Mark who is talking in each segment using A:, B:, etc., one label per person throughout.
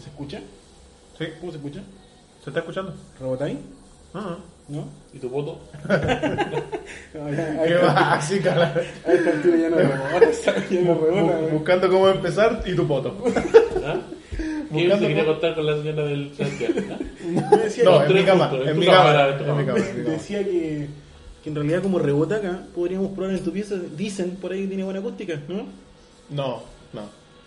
A: ¿Se escucha?
B: Sí,
A: ¿Cómo se escucha?
B: se está escuchando.
A: ¿Robotai?
B: Ah,
A: ¿No?
C: ¿Y tu voto?
A: no ya,
B: qué básica la-
A: A esta altura ya no rebona, ya no rebona,
B: Bu-
A: güey.
B: Buscando cómo empezar y tu voto.
C: ¿Ah? ¿Qué se quería contar con la señora del Santiago? ¿ah?
A: Me decía
B: No,
A: que-
B: en mi
C: tres
B: cama,
C: puntos,
B: en
C: en
B: mi
C: tu
B: cama,
C: cámara, en tu
B: en mi cama.
C: cámara.
B: en mi cama.
A: decía que, que en realidad como rebota acá, podríamos probar en tu pieza. Dicen por ahí que tiene buena acústica, ¿no?
B: No, no,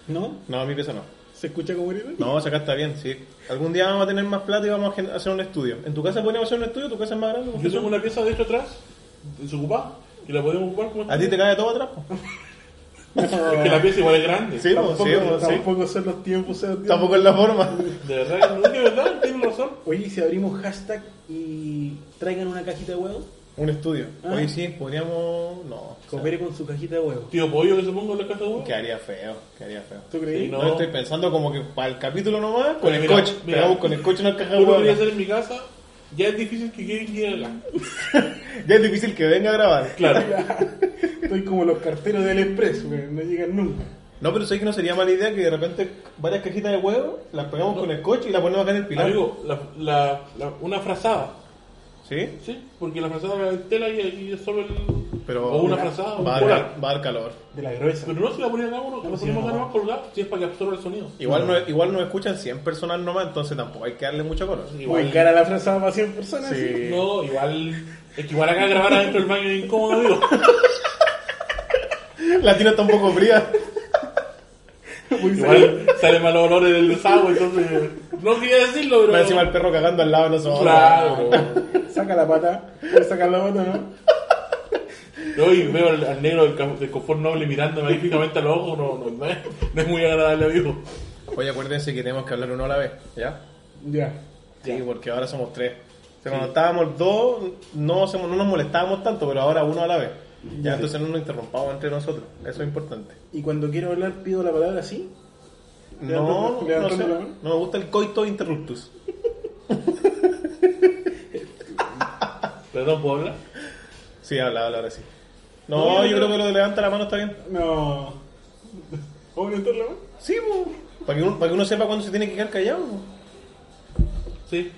A: ¿No?
B: no, mi pieza no.
A: ¿Se escucha como grita?
B: No, si acá está bien, sí. Algún día vamos a tener más plata y vamos a gen- hacer un estudio. ¿En tu casa podríamos hacer un estudio? ¿Tu casa es más grande?
C: Yo tengo una pieza de hecho atrás, desocupada, que la podemos ocupar como
B: ¿A ti te cae todo atrás? po?
C: Es que la pieza igual es grande.
B: Sí, po,
A: Tampoco,
B: sí, po, sí.
A: tampoco son los tiempos, Sebastián.
B: Tampoco es la forma.
C: De verdad, que no, de verdad, tienes razón.
A: Oye, ¿y si abrimos hashtag y traigan una cajita de huevos?
B: Un estudio.
A: Ah.
B: Oye, sí, podríamos... No. o sea,
A: Coopere con su cajita de huevos.
C: Tío Pollo que se ponga en la caja de huevo.
B: Quedaría feo, quedaría feo.
A: ¿Tú creí?
C: Sí,
B: No.
C: No.
B: estoy pensando como que para el capítulo nomás, con
C: Oye,
B: el
C: mira,
B: coche.
C: mira.
B: Pegamos con el coche una caja de
C: Yo lo quería
B: huevos.
C: hacer en mi casa, ya es difícil que Kevin llegue acá.
B: Ya es difícil que venga a grabar.
C: Claro.
A: Estoy como los carteros del expreso, güey, no llegan nunca.
B: No, pero sé que no sería mala idea que de repente varias cajitas de huevos las pegamos con el coche y las ponemos acá en el pilar.
C: Amigo, la, la, la, una frazada,
B: ¿Sí?
C: ¿sí? Porque la frazada es tela y aquí es solo el...
B: Pero
C: o una
B: va,
C: frazada, un
B: a
C: polar.
B: dar, va a dar calor.
A: De la gruesa.
C: Pero no, si la ponía acá, uno, la
A: sí,
C: ponemos acá
A: no.
C: nomás colgada, si es para que absorba el sonido.
B: Igual, no. igual nos escuchan 100 personas nomás, entonces tampoco hay que darle mucho calor.
C: Igual,
A: Uy, cara la frazada para 100 personas.
B: Sí.
C: No, igual... Es que igual acá grabar adentro del baño es incómodo, digo.
B: La tira está un poco fría.
A: Muy
C: Igual salen malos olores del desagüe, entonces... No quería decirlo, pero...
B: Más encima el perro cagando al lado de nosotros.
C: Claro.
A: Saca la pata, puedes sacar la pata, ¿no?
C: Yo y veo al, al negro del, ca- del confort noble mirando magníficamente a los ojos, no, no, no es, no es muy agradable, amigo.
B: Oye, acuérdense que tenemos que hablar uno a la vez, ¿ya?
A: Ya.
B: Sí,
C: Ya.
B: porque ahora somos tres. O sea, Cuando estábamos dos, no, hacemos- no nos molestábamos tanto, pero ahora uno a la vez. Ya, entonces no nos interrumpamos entre nosotros. Eso es importante.
A: Y cuando quiero hablar, pido la palabra así.
B: No, no,
A: Levantando
B: sé,
A: la mano.
B: no me gusta el coito interruptus.
C: Perdón, ¿puedo hablar?
B: Sí, habla, habla, ahora sí. No, yo creo que lo de levanta la mano está bien.
A: No. ¿Puedo levantar la mano?
B: Sí, po. para que, uno, para que uno sepa cuándo se tiene que quedar callado. po.
C: Sí.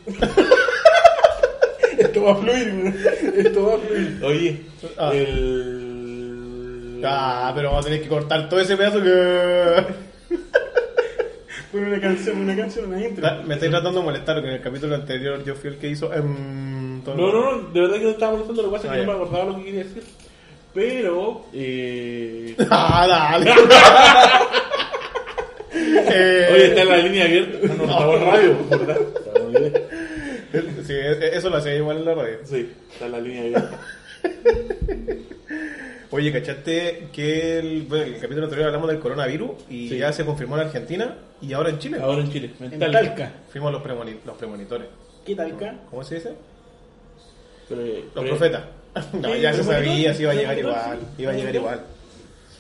A: Esto va a fluir, güey. Esto va a fluir.
C: Oye,
B: Ah.
C: el...
B: Ah, pero vamos a tener que cortar todo ese pedazo que...
A: Pon una canción, una canción, una intro.
B: Ta- Me estáis tratando de molestar, que en el capítulo anterior yo fui el que hizo... em, todo.
C: No, no, no, de verdad que no estaba molestando, lo que pasa es que
B: Ah,
C: no
B: ya.
C: me acordaba lo que quería decir. Pero, eh...
B: Ah, dale. Eh,
C: Oye, está en la línea abierta. No, no, estaba en radio, ¿verdad? Estaba en radio.
B: Sí, e- eso lo hacía igual en la radio.
C: Sí, está en la línea abierta.
B: Oye, ¿cachaste que el, bueno, en el capítulo anterior hablamos del coronavirus y
C: Sí.
B: ya se confirmó en Argentina y ahora en Chile?
C: Ahora en Chile,
A: En
C: mental.
A: Talca.
B: Fuimos los, premoni- los premonitores.
A: ¿Qué Talca?
B: ¿Cómo se dice?
C: Pero, eh,
B: Los
C: pero-
B: profetas. No,
A: Sí,
B: ya se
A: los
B: sabía
A: monitores,
B: si iba a
A: los
B: llegar
A: monitores,
B: igual.
A: sí.
B: Iba a llegar
A: Los
B: igual.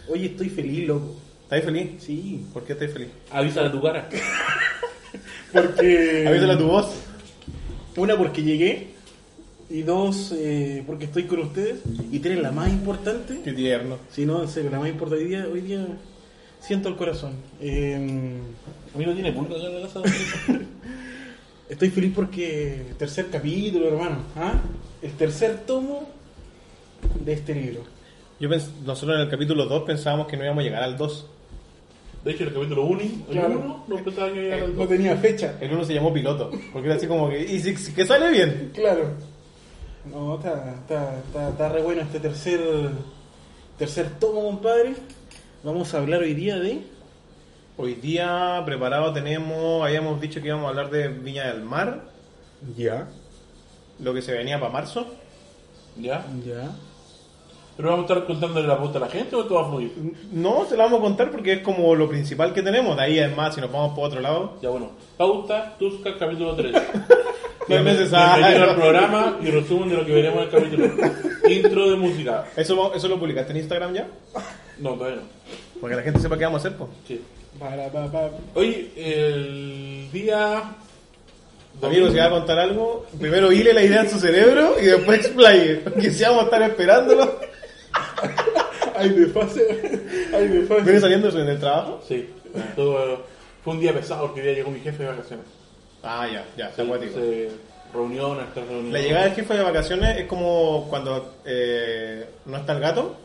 A: Oye, estoy feliz, loco.
B: ¿Estáis feliz?
A: Sí.
B: ¿Por qué estáis feliz?
C: Avísale a tu cara.
A: Porque.
B: Avísala tu voz.
A: Una, porque llegué. Y dos, eh, porque estoy con ustedes. Y tres, la más importante.
B: Qué tierno.
A: Si no, en serio, la más importante. Hoy día, hoy día siento el corazón. Eh,
C: A mí no tiene pulga acá en la casa.
A: estoy feliz porque tercer capítulo, hermano. ¿ah? El tercer tomo de este libro.
B: Yo pens- Nosotros en el capítulo 2 pensábamos que no íbamos a llegar al 2.
C: De hecho, el capítulo 1, el
A: Claro.
C: 1, no pensaba que era el
A: No
C: 2.
A: tenía fecha.
B: El uno se llamó piloto. Porque era así como que. Y si, si- que sale bien.
A: Claro. No, está, está, está, está re bueno este tercer, tercer tomo, compadre. Vamos a hablar hoy día de...
B: Hoy día preparado tenemos. Habíamos dicho que íbamos a hablar de Viña del Mar.
A: Ya.
B: Lo que se venía para marzo.
C: ¿Ya?
A: Ya.
C: ¿Pero vamos a estar contándole la posta a la gente o esto va a fluir?
B: No, se lo vamos a contar porque es como lo principal que tenemos. De ahí, además, si nos vamos por otro lado,
C: Ya bueno, pauta Tusca capítulo 3.
B: no es
C: Bienvenido al
B: necesario.
C: programa y resumen de lo que veremos en el capítulo. Intro de música.
B: ¿Eso, va- ¿Eso lo publicaste en Instagram ya?
C: No, todavía no.
B: Porque la gente sepa qué vamos a hacer, pues.
C: Sí.
A: Para, pa, pa.
C: Oye, el día.
B: Amigo, si va a contar algo, primero hile la idea en su cerebro y después explaye. Porque si vamos a estar esperándolo,
A: Ay, me pase. Ay, me
B: viene
A: pase.
B: saliendo en el trabajo.
C: Sí, todo- eh, fue un día pesado porque ya llegó mi jefe de vacaciones.
B: Ah, ya, ya, está acuático.
C: Entonces, reunión, hasta reunión.
B: La llegada del jefe de vacaciones es como cuando eh, no está el gato.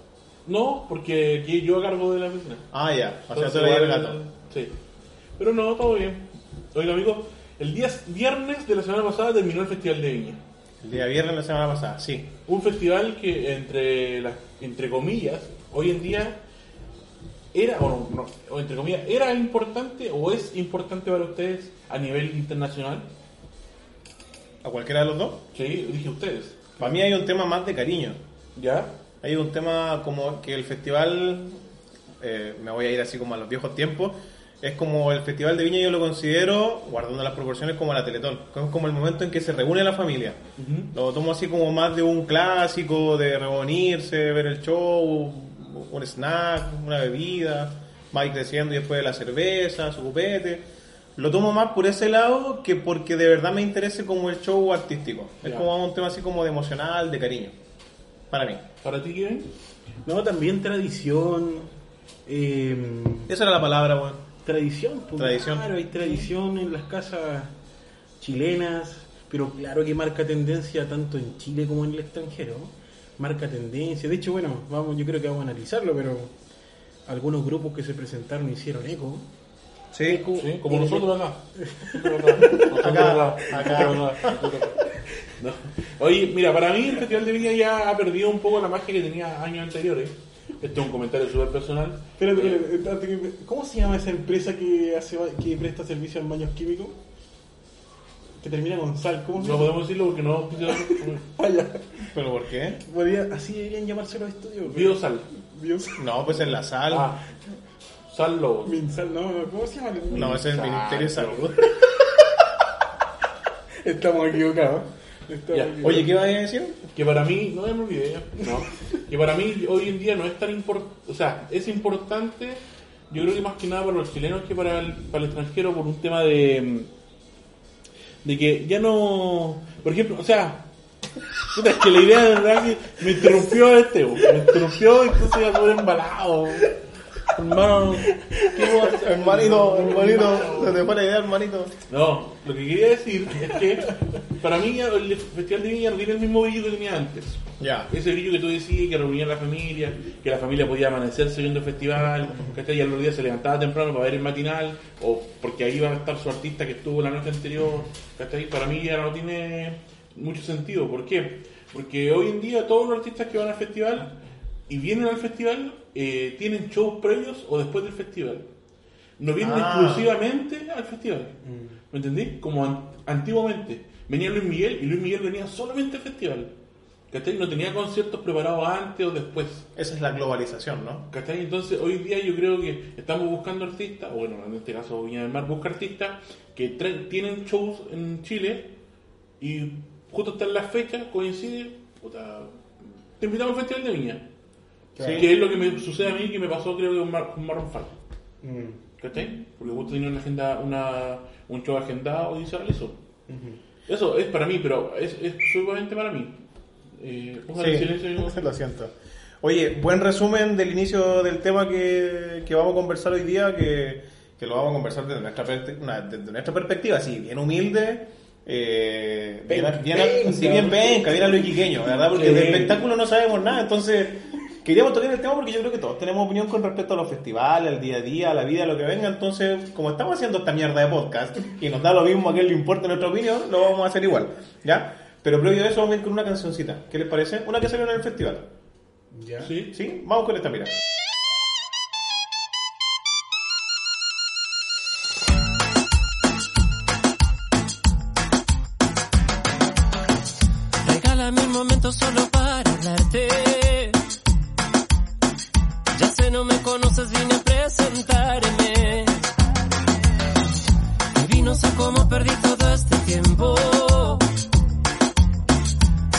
C: No, porque aquí yo a cargo de la oficina.
B: Ah, ya, o sea,
C: Entonces,
B: tú le el
C: igual-
B: gato.
C: Sí. Pero no, todo bien. Oiga, amigo, el día viernes de la semana pasada terminó el Festival de Viña.
B: El día viernes la semana pasada, sí.
C: Un festival que, entre las entre comillas, hoy en día era, o no, no, o entre comillas, era importante o es importante para ustedes a nivel internacional.
B: ¿A cualquiera de los dos?
C: Sí, dije ustedes.
B: Para mí hay un tema más de cariño.
C: ¿Ya?
B: Hay un tema como que el festival, eh, me voy a ir así como a los viejos tiempos, es como el festival de viña yo lo considero, guardando las proporciones, como la Teletón. Es como el momento en que se reúne la familia. Lo tomo así como más de un clásico, de reunirse, ver el show, un snack, una bebida, más ir creciendo y después la cerveza, su cupete. Lo tomo más por ese lado que porque de verdad me interese como el show artístico. Es
C: Ya.
B: como un tema así como de emocional, de cariño. Para mí.
C: ¿Para ti, Kevin?
A: No, también tradición. Eh,
B: Esa era la palabra, weón.
A: Tradición, pues,
B: Tradición.
A: claro, hay tradición en las casas chilenas, pero claro que marca tendencia tanto en Chile como en el extranjero. Marca tendencia. De hecho, bueno, vamos, yo creo que vamos a analizarlo, pero algunos grupos que se presentaron hicieron eco.
B: Sí.
C: Sí, como
A: Y-
C: nosotros acá. Nosotros acá.
B: acá.
C: Nosotros acá. No. Oye, mira, para mí el Festival de Viña ya ha perdido un poco la magia que tenía años anteriores. Este es un comentario súper personal.
A: Espérate, espérate, espérate, que me- ¿cómo se llama esa empresa que hace ba- que presta servicio a baños químicos? Que termina con sal, ¿cómo se
C: No
A: llama?
C: podemos decirlo porque no.
A: Ah, ya.
B: ¿Pero por qué?
A: Podría- así deberían llamarse los estudios.
C: Biosal.
A: Bios-
B: No, pues en la sal.
C: Ah, sal lobo.
A: Minsal, no, no, ¿cómo se llama?
B: no, es el
C: Sal,
B: Ministerio de
C: no.
B: Salud.
A: Estamos equivocados. Estamos
C: Ya.
A: equivocados.
B: Oye, ¿qué vas a decir?
C: Que para mí, no ya me olvidé, ya. no. que para mí hoy en día no es tan importante, o sea, es importante, yo creo que más que nada para los chilenos que para el, para el extranjero por un tema de mm, de que ya no, por ejemplo, o sea, puta, es que la idea de verdad que me interrumpió este, bo. me interrumpió, entonces ya estuve embalado. Hermano, ¿qué voy a hacer?
B: Hermanito, hermanito, se te fue la idea, hermanito.
C: No, lo que quería decir es que para mí el Festival de Viña no tiene el mismo brillo que tenía antes.
B: Ya.
C: Ese brillo que tú decías, que reunía a la familia, que la familia podía amanecerse viendo el festival, que y al otro día se levantaba temprano para ver el matinal, o porque ahí iba a estar su artista que estuvo la noche anterior, ¿cachai? Para mí ya no tiene mucho sentido. ¿Por qué? Porque hoy en día todos los artistas que van al festival y vienen al festival eh, tienen shows previos o después del festival. No vienen
B: Ah.
C: exclusivamente al festival. ¿Me entendí? Como an- antiguamente. Venía Luis Miguel y Luis Miguel venía solamente al festival. ¿Cachai? No tenía conciertos preparados antes o después.
B: Esa es la globalización, ¿no?
C: ¿Cachai? Entonces hoy día yo creo que estamos buscando artistas, o bueno, en este caso Viña del Mar busca artistas que tra- tienen shows en Chile y justo están las fechas, coincide, puta, te invitamos al Festival de Viña.
A: Claro.
C: Que es lo que me sucede a mí que me pasó creo que con, Mar con Maroon five.
A: Mm.
C: ¿Cachai? Porque justo tenía una agenda, una, un show agendado y se realizó. Eso es para mí, pero es, es solamente para mí. Eh, pongan el silencio. ¿no?
B: lo siento. Oye, buen resumen del inicio del tema que, que vamos a conversar hoy día, que, que lo vamos a conversar desde nuestra, perspec- una- desde nuestra perspectiva, así, bien humilde, eh, bien,
A: Pen-
B: bien, así, bien
A: penca.
B: penca, bien a lo iquiqueño, ¿verdad? Porque del
C: Sí.
B: espectáculo no sabemos nada, entonces queríamos tocar el tema porque yo creo que todos tenemos opinión con respecto a los festivales, al día a día, a la vida, a lo que venga, entonces como estamos haciendo esta mierda de podcast y nos da lo mismo a que le importe nuestra opinión, lo vamos a hacer igual, ¿ya? Pero previo a eso vamos a ir con una cancioncita, ¿qué les parece? Una que salió en el festival,
A: ¿Ya?
C: Sí.
B: ¿sí? Vamos con esta, mira.
D: Regálame un momento solo para hablarte. perdí todo este tiempo.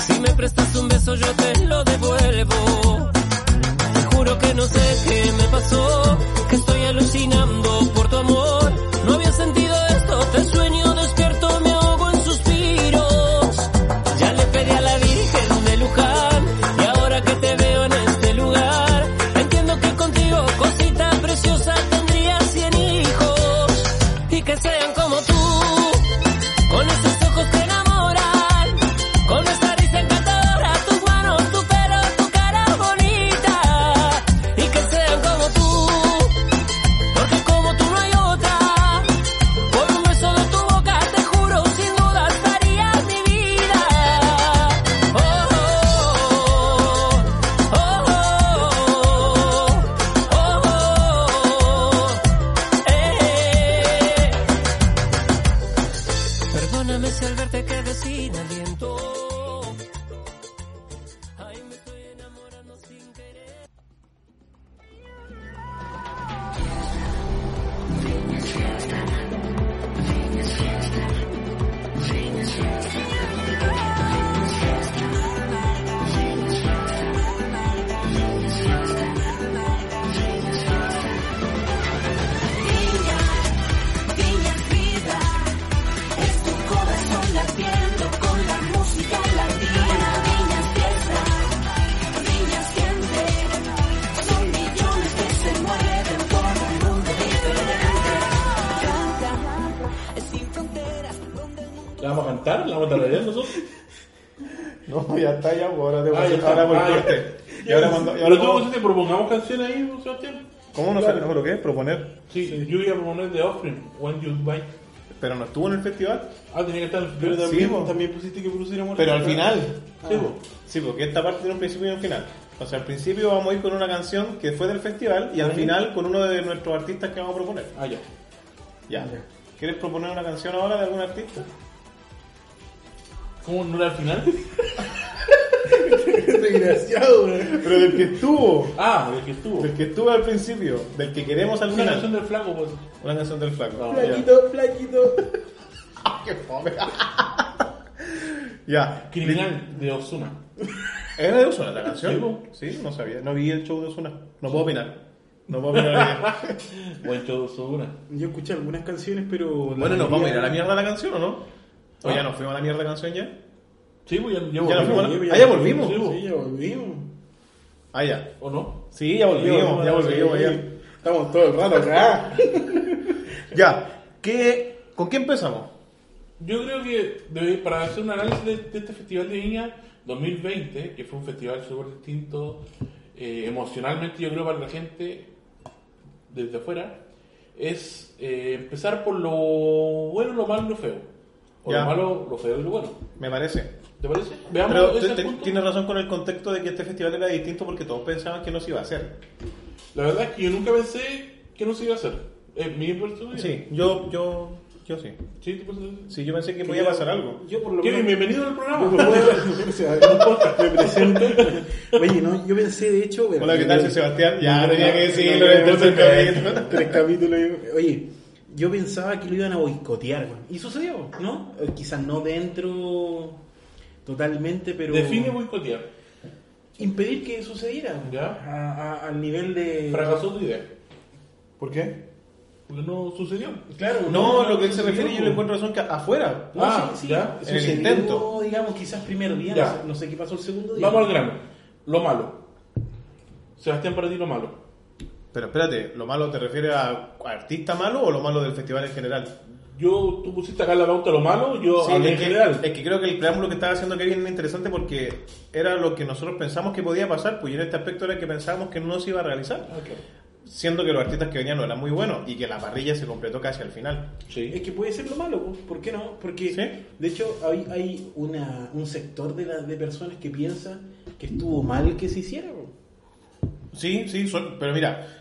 D: Si me prestas un beso yo te lo devuelvo. Te juro que no sé qué me pasó, que estoy alucinando por tu amor. No había sentido esto, te sueño despierto, me ahogo en suspiros. Ya le pedí a la Virgen de Luján y ahora que te veo en este lugar, entiendo que contigo, cosita preciosa, tendría cien hijos y que sean como tú, con esos ojos que enamoran, con esa risa encantadora, tus manos, tu pelo, tu cara bonita y que sean como tú, porque como tú no hay otra. Por un beso de tu boca te juro sin duda estarías mi vida. Oh, oh, oh, oh, oh, oh, eh. Perdóname si al verte quedé sin aliento. Ay, me estoy enamorando sin querer.
E: Niña vida, es tu corazón latiendo con la música latina. Niña fiesta, niña siente, son millones que se mueven por un mundo diferente. Canta, sin fronteras, donde el mundo
C: ¿La vamos a cantar? ¿La vamos a tararear nosotros?
B: No, ya está, ya, pues, ahora te
C: Ah, ya
B: voy
C: está.
B: ahora voy
C: Ah, ya.
B: corte. Y ahora cuando. y ahora
C: Pero tú
B: como-
C: me dijiste, propongamos canciones ahí, Sebastián.
B: ¿Cómo no sé no sé lo que es? Proponer.
C: Sí, yo iba a proponer The Offering, When You Bite.
B: Pero no estuvo en el festival.
C: Ah, tenía que estar en el
A: Pero
C: festival.
A: también,
B: Sí, po.
A: también pusiste que pusiéramos...
B: Pero al final.
C: Sí, po.
B: Ah. Sí, porque esta parte tiene un principio y un final. O sea, al principio vamos a ir con una canción que fue del festival y al final con uno de nuestros artistas que vamos a proponer.
C: Ah, ya.
B: Ya.
A: Ya.
B: ¿Quieres proponer una canción ahora de algún artista?
C: ¿Cómo no era al final?
A: Desgraciado, güey.
B: Pero del que estuvo.
C: Ah, el que estuvo.
B: Del que estuvo al principio. Del que queremos al
C: Una
B: final.
C: canción del flaco, pues.
B: Una canción del flaco.
C: No,
B: ya.
A: Flaquito, flaquito.
B: ¡Qué fome! ya.
C: Criminal de Osuna.
B: ¿Era de Osuna la canción? Sí, no sabía. No vi el show de Osuna. No puedo opinar. No puedo opinar. bien.
C: Buen show de Osuna.
A: Yo escuché algunas canciones, pero... la
B: bueno, nos vamos a ir a la
A: mayoría-
B: mierda la canción, ¿o no? ¿O
C: Ah.
B: ya nos fuimos a la mierda la canción ya?
C: Sí, pues ya, ya
B: Ya nos fuimos a
C: volvimos.
B: la-
A: volvimos,
B: Ah, ya volvimos.
C: Sí,
A: Sí, ya volvimos.
B: Ah, ya.
C: ¿O no?
B: Sí, ya volvimos, ya volvimos, ya.
A: Estamos todo el rato acá.
B: Ya. ¿Qué, ¿Con qué empezamos?
C: Yo creo que debe- para hacer un análisis de, de este Festival de Viña 2020, que fue un festival súper distinto, eh, emocionalmente yo creo para la gente desde afuera, es eh, empezar por lo bueno, lo malo y lo feo. O
B: Ya.
C: lo malo, lo feo y lo bueno.
B: Me parece.
C: ¿Te parece? Veamos
B: Pero
C: ese
B: te- te-
C: punto.
B: tienes razón con el contexto de que este festival era distinto porque todos pensaban que no se iba a hacer.
C: La verdad es que yo nunca pensé que no se iba a hacer. Es mi perspectiva.
B: Sí, yo, yo, yo sí.
C: Sí, tú pensaste-
B: Sí, yo pensé que podía pasar algo.
A: Yo por lo
C: Kevin,
A: menos-
C: bienvenido al
A: Yo
C: programa.
A: me puedo- o sea, no importa, me presento. Oye, no, yo pensé, de hecho... bueno,
B: Hola, ¿qué tal? Soy Sebastián. Ya tenía que decirlo,
A: No, no, no,
B: entonces
A: no,
B: no,
A: no, Tres capítulos. y- Oye, yo pensaba que lo iban a boicotear, güey. Y sucedió, ¿no? Eh, Quizás no dentro totalmente, pero...
C: Define boicotear.
A: Impedir que sucediera, güey.
C: Ya.
A: A- a- al nivel de...
C: Fracasó tu idea.
B: ¿Por qué?
C: Porque no sucedió.
A: Claro.
B: No, lo que él se
A: sucedió,
B: refiere, yo le
A: güey.
B: encuentro razón que afuera.
A: No,
C: Ah,
A: sí, sí.
C: ya,
B: en el
A: Sucedió,
B: intento.
A: digamos, quizás primer día,
C: Ya.
A: no sé, no sé qué pasó el segundo día.
C: Vamos al grano. Lo malo. Sebastián, para ti lo malo.
B: Pero espérate, ¿lo malo te refiere a artista malo o lo malo del festival en general?
C: Yo, tú pusiste acá en la pauta lo malo, yo
B: Sí,
C: hablé
B: es,
C: en
B: que,
C: general.
B: es que creo que el preámbulo que estaba haciendo Kevin era interesante porque era lo que nosotros pensamos que podía pasar, pues y en este aspecto era que pensábamos que no se iba a realizar,
C: Ah, claro.
B: siendo que los artistas que venían no eran muy buenos y que la parrilla se completó casi al final.
A: Es
C: Sí.
A: que puede ser lo malo, pues, ¿por qué no? Porque,
B: Sí.
A: de hecho, hay, hay una, un sector de, la- de personas que piensa que estuvo mal que se hiciera, po.
B: Sí, sí, son- pero mira,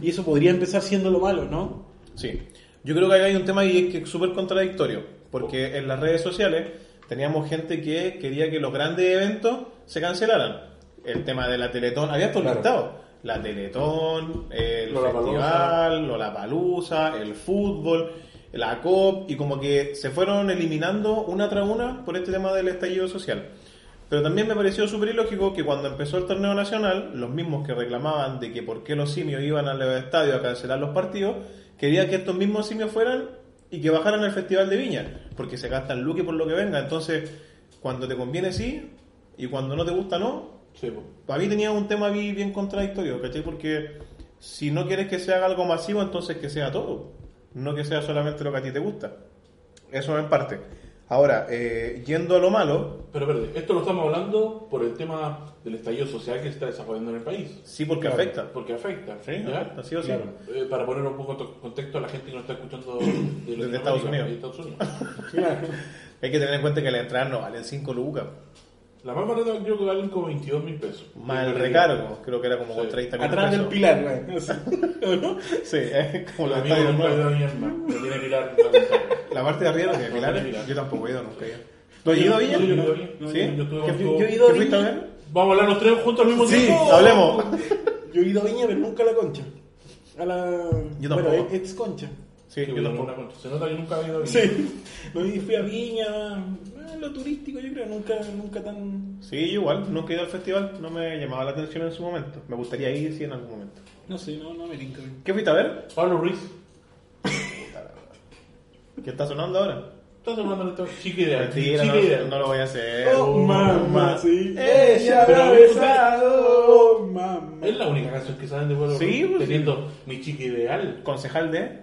A: Y eso podría empezar siendo lo malo, ¿no?
B: Sí, yo creo que ahí hay un tema y es que es súper contradictorio, porque en las redes sociales teníamos gente que quería que los grandes eventos se cancelaran. El tema de la Teletón, había estos
C: Claro.
B: listados. La Teletón, eh, el
C: Lollapalooza.
B: festival, Lollapalooza, el fútbol. la COP, y como que se fueron eliminando una tras una por este tema del estallido social. Pero también me pareció súper ilógico que cuando empezó el torneo nacional, los mismos que reclamaban de que por qué los simios iban a los estadios a cancelar los partidos, querían que estos mismos simios fueran y que bajaran el Festival de Viña, porque se gastan luque por lo que venga. Entonces, cuando te conviene sí, y cuando no te gusta no,
C: Sí, po.
B: para mí tenía un tema bi- bien contradictorio, ¿cachai? Porque si no quieres que se haga algo masivo, entonces que sea todo, no que sea solamente lo que a ti te gusta. Eso en parte. Ahora, eh, yendo a lo malo,
C: Pero espérate, esto lo estamos hablando por el tema del estallido social que se está desarrollando en el país.
B: sí porque
C: Claro,
B: afecta.
C: Porque afecta.
B: Sí, afecta, sí o sí.
C: Eh, para poner un poco de contexto a la gente que nos está escuchando de Latinoamérica
B: Estados Unidos.
C: y Estados Unidos.
A: Claro.
B: Hay que tener en cuenta que la entrada no valen 5 lucas,
C: La más barata creo que valen como 22 mil pesos.
B: más el
C: Creo que-
B: recargo, creo que era como
C: Sí.
B: 30 mil
A: Atrás del
B: pesos.
A: pilar, güey. Así.
B: Sí, es como
C: Los
B: los
C: amigos
B: estadios
C: nunca
B: nuevos.
C: iban a Myanmar, no tiene pilar. no tiene-
B: La parte de arriba no tiene
C: No
B: pilares.
C: tiene pilar.
B: Yo tampoco he ido nunca. Yo. ¿Tú has ido a Villa?
C: No, yo no he ido a Villa. No,
B: ¿Sí?
C: yo- yo estuve
B: ¿Qué-
C: con
B: yo-
C: todo-
B: yo he ido a
A: ¿Qué
B: Villa.
A: fuiste a ver?
C: Vamos a ¡Oh! hablar los tres juntos al mismo
B: Sí, Ah,
C: tiempo.
B: hablemos.
A: Yo he ido a Viña, pero nunca a la concha. A la.
B: Yo
A: bueno,
B: tampoco.
A: ex concha.
B: Sí,
C: Sí,
B: yo
C: bueno,
B: tampoco.
C: una- Se nota que nunca ha habido a Villa.
A: Sí. No, y fui a Viña, a lo turístico, yo creo, nunca, nunca tan.
B: Sí, yo igual, nunca he ido al festival, no me llamaba la atención en su momento. Me gustaría ir sí en algún momento.
A: No sé, no, no me tinca bien.
B: ¿Qué fuiste a ver?
C: Pablo Ruiz.
B: ¿Qué está sonando ahora?
C: Estás hablando de esto. Chica idea.
B: Mentira,
C: chica idea.
B: no, no lo voy a hacer. Uh, Eh.
A: Oh, mamá, sí. Eh.
B: Ella
C: me ha
A: besado. Oh, mamá.
C: Es la única canción que saben de Pablo
B: Sí,
C: Ruiz.
B: pues, sí.
C: Teniendo mi chica ideal.
B: ¿Concejal de?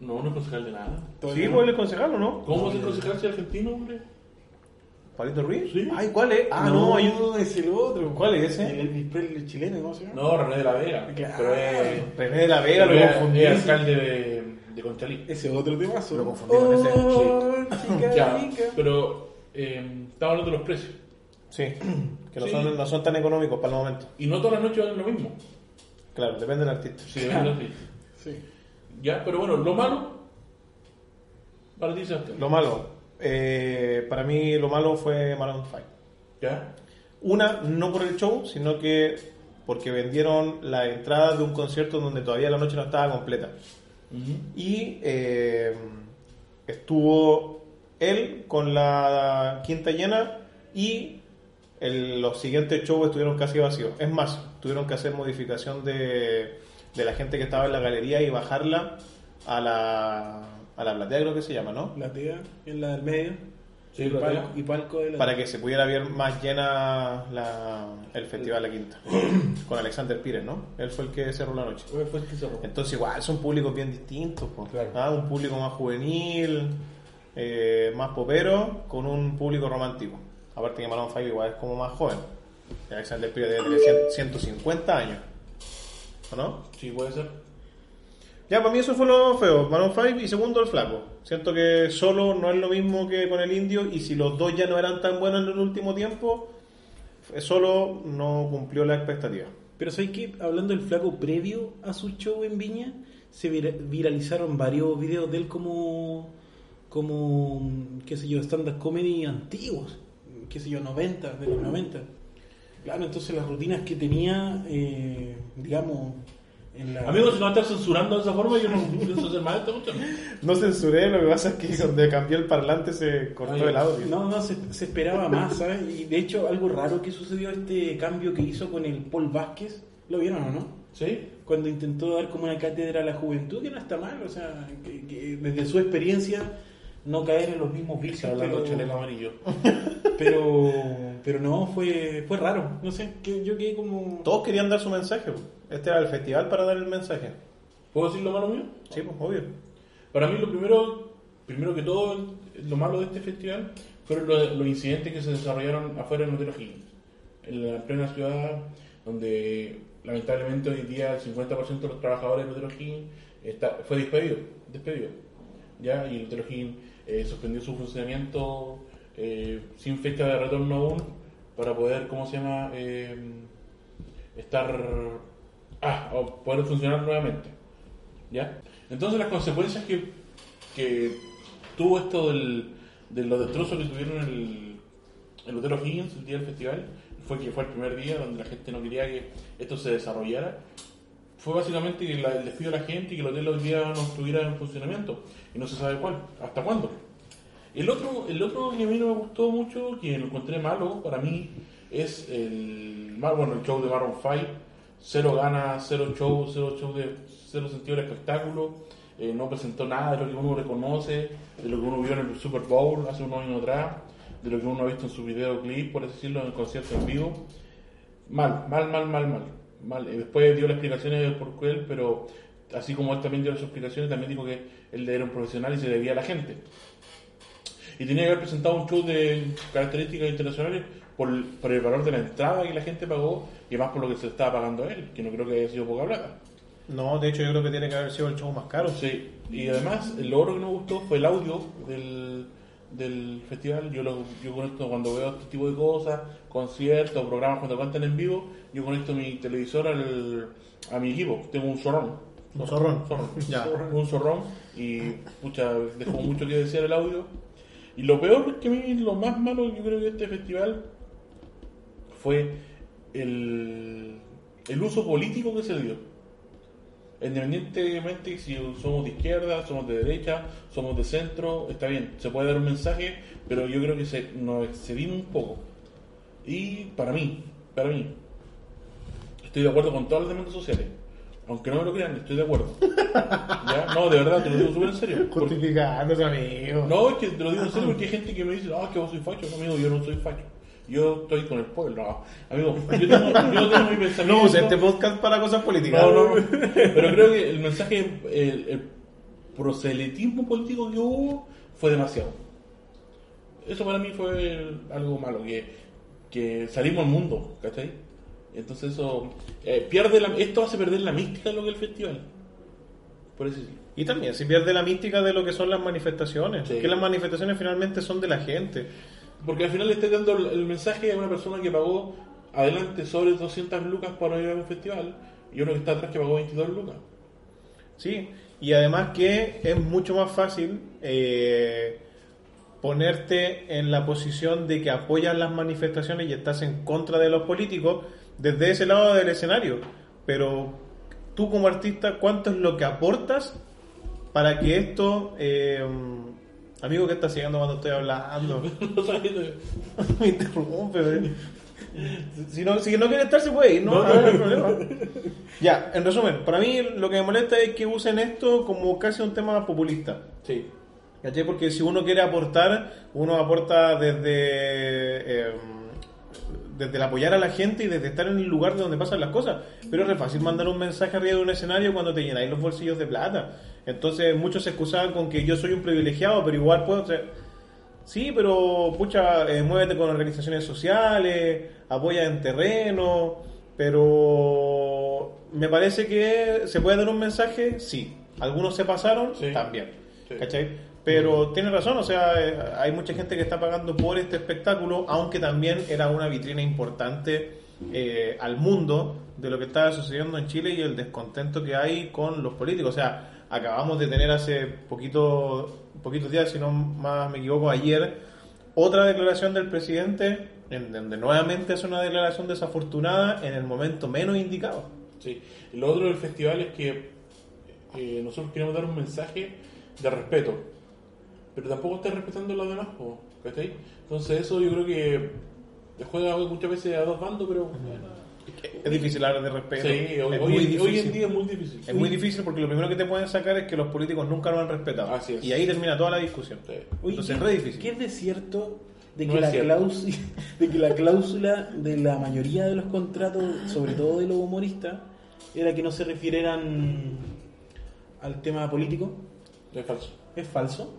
C: No, no es concejal de nada.
B: Sí, pues él es concejal o no?
C: ¿Cómo es el concejal si es argentino, hombre?
B: ¿Pablito Ruiz?
C: Sí.
B: Ay, ¿cuál es? Ah,
A: Ah,
B: no,
A: no,
B: hay un.
A: ayudo es el otro.
B: ¿Cuál es ese?
A: El Elvis Presley chileno, ¿cómo se llama?
C: No, René de la Vega.
A: Claro.
C: Pero es.
B: René de la Vega,
C: pero
B: lo
C: es-
B: confundí.
C: es alcalde de, de Conchalí.
A: Ese otro temazo. Oh,
B: Lo confundí con ese,
A: chica
C: Ya,
A: rica.
C: pero eh, estaba hablando de los precios.
B: Sí, que no,
C: Sí.
B: Son, no son tan económicos para el momento.
C: Y no todas las noches valen lo mismo.
B: Claro, depende del artista.
C: Sí, de verdad, sí.
A: Sí.
C: Ya, pero bueno, lo malo. Para ti, Sebastián.
B: Lo malo, eh, para mí lo malo fue Maroon 5.
C: Ya.
B: Una, no por el show, sino que porque vendieron las entradas de un concierto donde todavía la noche no estaba completa.
C: Ujú.
B: Y eh, estuvo él con la quinta llena y el- los siguientes shows estuvieron casi vacíos. Es más, tuvieron que hacer modificación de, de la gente que estaba en la galería y bajarla a la, a la platea, creo que se llama, ¿no?
A: La tía en la del medio.
C: Sí,
A: y,
C: la
A: palco,
C: tía.
A: y palco de la
B: Para que se pudiera ver más llena la- el Festival La Quinta. Con Alexander Pires, ¿no? Él fue el que cerró la noche.
A: Fue el que se robó.
B: Entonces igual son públicos bien distintos, po.
A: Claro.
B: Ah, un público más juvenil, eh, más popero, con un público romántico. Aparte que Maroon 5 igual es como más joven. Y Alexander Pires debe tener cien- 150 años. ¿O no?
C: Sí, puede ser.
B: Ya, para mí eso fue lo feo, Maroon 5 y segundo el flaco. Siento que solo no es lo mismo que con el indio y si los dos ya no eran tan buenos en el último tiempo, eh, solo no cumplió la expectativa.
A: Pero ¿sabes qué? Hablando del flaco previo a su show en Viña, se vira- viralizaron varios videos de él como, como mm, qué sé yo, stand-up comedy antiguos, qué sé yo, 90, de los 90. Claro, entonces las rutinas que tenía, eh, digamos, en la...
C: Amigos, si no estás censurando de esa forma, yo no pienso hacer más de esta cuestión.
B: No censuré, lo que pasa es que cuando cambié el parlante se cortó
C: Ay,
B: el audio.
A: No, no, se, se esperaba más, ¿sabes? Y de hecho, algo raro que sucedió este cambio que hizo con el Paul Vázquez, ¿lo vieron o no?
C: ¿Sí?
A: cuando intentó dar como una cátedra a la juventud, que no está mal, o sea, que, que desde su experiencia no caer en los mismos vicios,
C: Hablando
A: pero,
C: de chaleco amarillo.
A: pero, pero no, fue, fue raro, no sé, que yo quedé como...
B: Todos querían dar su mensaje. po. Este era el festival para dar el mensaje.
C: ¿Puedo decir lo malo mío?
B: Sí, pues obvio.
C: Para mí lo primero, primero que todo, lo malo de este festival fueron lo- los incidentes que se desarrollaron afuera del Notero Higgins, en la plena ciudad, donde lamentablemente hoy día el 50% de los trabajadores del Notero Higgins está, fue despedido, despedido, ¿ya? y el Notero Higgins eh, suspendió su funcionamiento eh, sin fecha de retorno aún para poder, ¿cómo se llama?, Eh, estar, ah, o poder funcionar nuevamente. ¿Ya? Entonces las consecuencias que, que tuvo esto del, de los destrozos que tuvieron el, el Lutero Higgins el día del festival fue que fue el primer día donde la gente no quería que esto se desarrollara. fue básicamente que la- el despido de la gente y que el hotel hoy día no estuviera en funcionamiento. Y no se sabe cuál, hasta cuándo. El otro, el otro que a mí no me gustó mucho, que lo encontré malo para mí, es el, Mar- bueno, el show de Baron Five. Cero ganas, cero show, cero show de cero sentido del espectáculo. Eh, no presentó nada de lo que uno reconoce, de lo que uno vio en el Super Bowl hace unos años atrás, de lo que uno ha visto en su videoclip, por así decirlo, en el concierto en vivo. Mal, mal, mal, mal, mal. mal. Eh, Después dio las explicaciones de por qué él, pero así como él también dio las explicaciones, también dijo que él era un profesional y se debía a la gente. Y tenía que haber presentado un show de características internacionales por, el- por el valor de la entrada que la gente pagó y más por lo que se le estaba pagando a él, que no creo que haya sido poca plata.
B: No, de hecho yo creo que tiene que haber sido el show más caro.
C: Sí, y además lo otro que no me gustó fue el audio del, del festival. Yo, lo, yo conecto cuando veo este tipo de cosas, conciertos, programas cuando cantan en vivo, yo conecto mi televisor al, a mi equipo. Tengo un zorrón.
B: Un zorrón.
C: zorrón.
B: Ya.
C: Un zorrón y pucha, dejó mucho que desear el audio. Y lo peor que a mí, lo más malo yo creo que este festival fue el, el uso político que se le dio. Independientemente si somos de izquierda, somos de derecha, somos de centro, está bien, se puede dar un mensaje, pero yo creo que se, nos excedimos un poco. Y para mí, para mí, estoy de acuerdo con todas las demandas sociales. Aunque no me lo crean, estoy de acuerdo. ¿Ya? No, de verdad, te lo digo súper en serio. Porque-
B: Justificándose, amigo.
C: no, es que te lo digo en serio porque hay gente que me dice, ah, que vos soy facho. No, amigo, yo no soy facho. Yo estoy con el pueblo. No, Amigo, yo tengo, yo tengo mi pensamiento.
B: No, usé este podcast para cosas políticas.
C: No, no, no. Pero creo que el mensaje, el, el proselitismo político que hubo fue demasiado. Eso para mí fue algo malo, que, que salimos al mundo, ¿cachai? Entonces eso eh, pierde la, esto hace perder la mística de lo que es el festival. Por eso sí.
B: Y también se pierde la mística de lo que son las manifestaciones.
C: Sí.
B: Que las manifestaciones finalmente son de la gente.
C: Porque al final le estás dando el, el mensaje a una persona que pagó adelante sobre 200 lucas para ir a un festival y uno que está atrás que pagó 22 lucas.
B: Sí, y además que es mucho más fácil eh, ponerte en la posición de que apoyas las manifestaciones y estás en contra de los políticos desde ese lado del escenario. Pero tú como artista, ¿cuánto es lo que aportas para que esto... eh, amigo, ¿qué estás siguiendo cuando estoy hablando?
C: No sabes-
B: Me interrumpe, güey. Si no, si no quiere estar, se puede ir, ¿no? No, no hay problema. Ya, en resumen, para mí lo que me molesta es que usen esto como casi un tema populista.
C: Sí.
B: ¿Cachai? Porque si uno quiere aportar, uno aporta desde. eh, desde el apoyar a la gente y desde estar en el lugar de donde pasan las cosas. Pero es re fácil mandar un mensaje arriba de un escenario cuando te llenáis los bolsillos de plata. Entonces muchos se excusaban con que yo soy un privilegiado, pero igual puedo. ser... sí, pero pucha, eh, muévete con organizaciones sociales, apoya en terreno, pero me parece que se puede dar un mensaje, sí. Algunos se pasaron,
C: Sí.
B: también.
C: Sí.
B: ¿Cachai? Pero tiene razón, o sea, eh, hay mucha gente que está pagando por este espectáculo, aunque también era una vitrina importante eh, al mundo de lo que estaba sucediendo en Chile y el descontento que hay con los políticos. O sea, acabamos de tener hace poquito, poquitos días, si no más me equivoco, ayer, otra declaración del presidente, en donde nuevamente es una declaración desafortunada en el momento menos indicado.
C: Sí. Y lo otro del festival es que eh, nosotros queremos dar un mensaje de respeto, pero tampoco está respetando a los demás, po, ¿cachai? Entonces eso yo creo que te juega muchas veces a dos bandos, pero
B: Es difícil hablar de respeto.
C: sí, hoy,
B: es
C: hoy
B: muy
C: en- hoy en
B: difícil.
C: día es muy difícil.
B: Es muy difícil porque lo primero que te pueden sacar es que los políticos nunca lo han respetado.
C: Así es.
B: Y ahí termina toda la discusión.
C: Sí.
A: Oye,
B: Entonces es
A: ¿qué-
B: re difícil.
A: ¿Qué es de cierto de
C: No
A: que,
C: es
A: la
C: cierto.
A: cláusula, de que la cláusula de la mayoría de los contratos, sobre todo de los humoristas, era que no se refirieran al tema político?
C: Es falso.
A: ¿Es falso?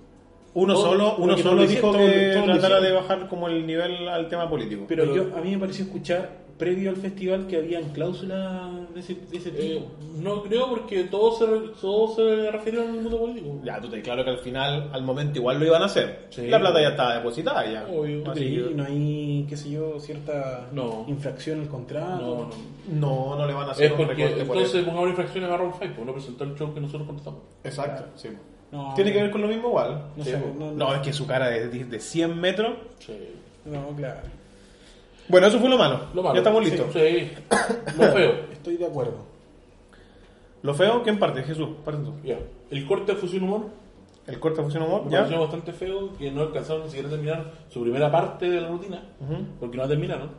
B: Uno
A: Todo-
B: solo, uno
A: porque
B: solo
A: todos
B: dijo
A: lo
B: que
A: hicieron, todos lo
B: tratara de
A: hicieron.
B: bajar como el nivel al tema político.
A: Pero, yo, a mí me pareció escuchar previo al festival que habían cláusulas de ese, de ese tipo.
C: Eh, no creo porque todos se, todos se refirieron al mundo político.
B: Ya, tú te claro que al final, al momento igual lo iban a hacer.
C: Sí.
B: La plata ya estaba depositada ya.
C: Obvio.
A: ¿Tú
B: Así
A: creí?
B: que-
A: ¿No hay, qué sé yo, cierta
C: No.
A: infracción al
C: No,
A: contrato?
C: no.
B: No, no le van a hacer
C: Es
B: un
C: porque
B: recorte por
C: entonces
B: eso.
C: pongamos infracciones a Ron Five, pues no presentó el show que nosotros contratamos.
B: Exacto. sí.
A: No.
B: Tiene que ver con lo mismo igual.
A: Ah. No
B: Sí.
A: sé, no, no.
B: No, es que su cara de, de 100 metros.
C: Sí.
A: No, claro.
B: Bueno, eso fue lo malo.
C: Lo malo.
B: Ya estamos
C: Sí,
B: listos.
C: Sí. Lo feo.
A: Estoy de acuerdo.
B: Lo feo, ¿quién parte? Jesús, parte tú.
C: Ya. El corte de Fusión Humor
B: El corte de Fusión Humor,
C: me
B: ya.
C: pareció bastante feo, que no alcanzaron ni siquiera a terminar su primera parte de la rutina, porque no la terminaron.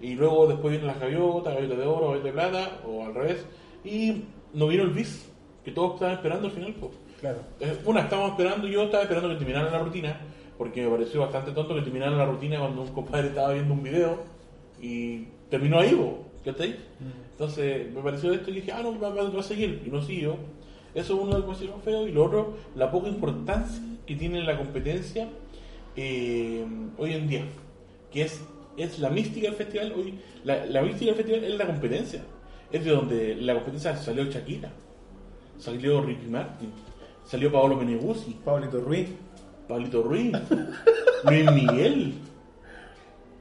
C: Y luego después vienen las gaviotas, gaviotas de oro, gaviotas de plata, o al revés. Y no vino el bis, que todos estaban esperando al final. po.
A: Claro.
C: Eh, Una, estábamos esperando, yo estaba esperando que terminaran la rutina, porque me pareció bastante tonto que terminaran la rutina cuando un compadre estaba viendo un video y terminó ahí, po, ¿cachai? Entonces me pareció esto y dije, ah, no, va, va- va a seguir, y no siguió. Eso es uno de los considero feo, y lo otro, la poca importancia que tiene la competencia eh, hoy en día, que es, es la mística del festival. Hoy, la, la mística del festival es la competencia, es de donde la competencia salió Shakira salió Ricky Martin, salió Paolo Meneguzzi,
B: Pablito Ruiz.
C: Pablito Ruiz, Luis Miguel,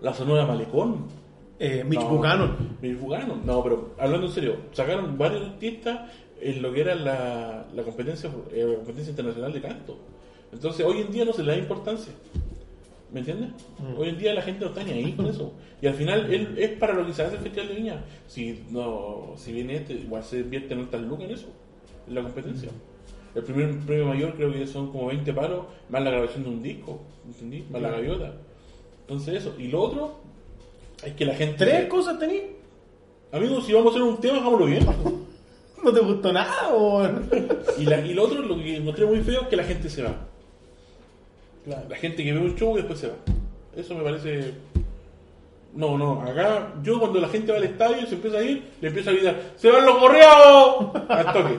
C: la Sonora Malecón.
B: Eh, Mitch
C: No,
B: Buchanan.
C: Mitch Buchanan. No, pero hablando en serio, sacaron varios artistas en lo que era la, la competencia eh, la competencia internacional de canto. Entonces, hoy en día no se le da importancia. ¿Me entiendes? Hoy en día la gente no está ni ahí con eso. Y al final él, es para lo que se hace el Festival de Viña. Si no si viene este, igual se invierte en altas lucas en eso, en la competencia. El primer premio mayor creo que son como 20 palos, más la grabación de un disco, ¿entendí? Más la gaviota. Entonces eso. Y lo otro es que la gente...
B: ¿Tres cosas tení?
C: Amigos, si vamos a hacer un tema, hagámoslo bien.
B: ¿No te gustó nada, weón?
C: Y, la- y lo otro, lo que encontré muy feo es que la gente se va. La gente que ve un show y después se va. Eso me parece. No, no, acá yo cuando la gente va al estadio y se empieza a ir, le empiezo a gritar: ¡Se van los correos! Al toque.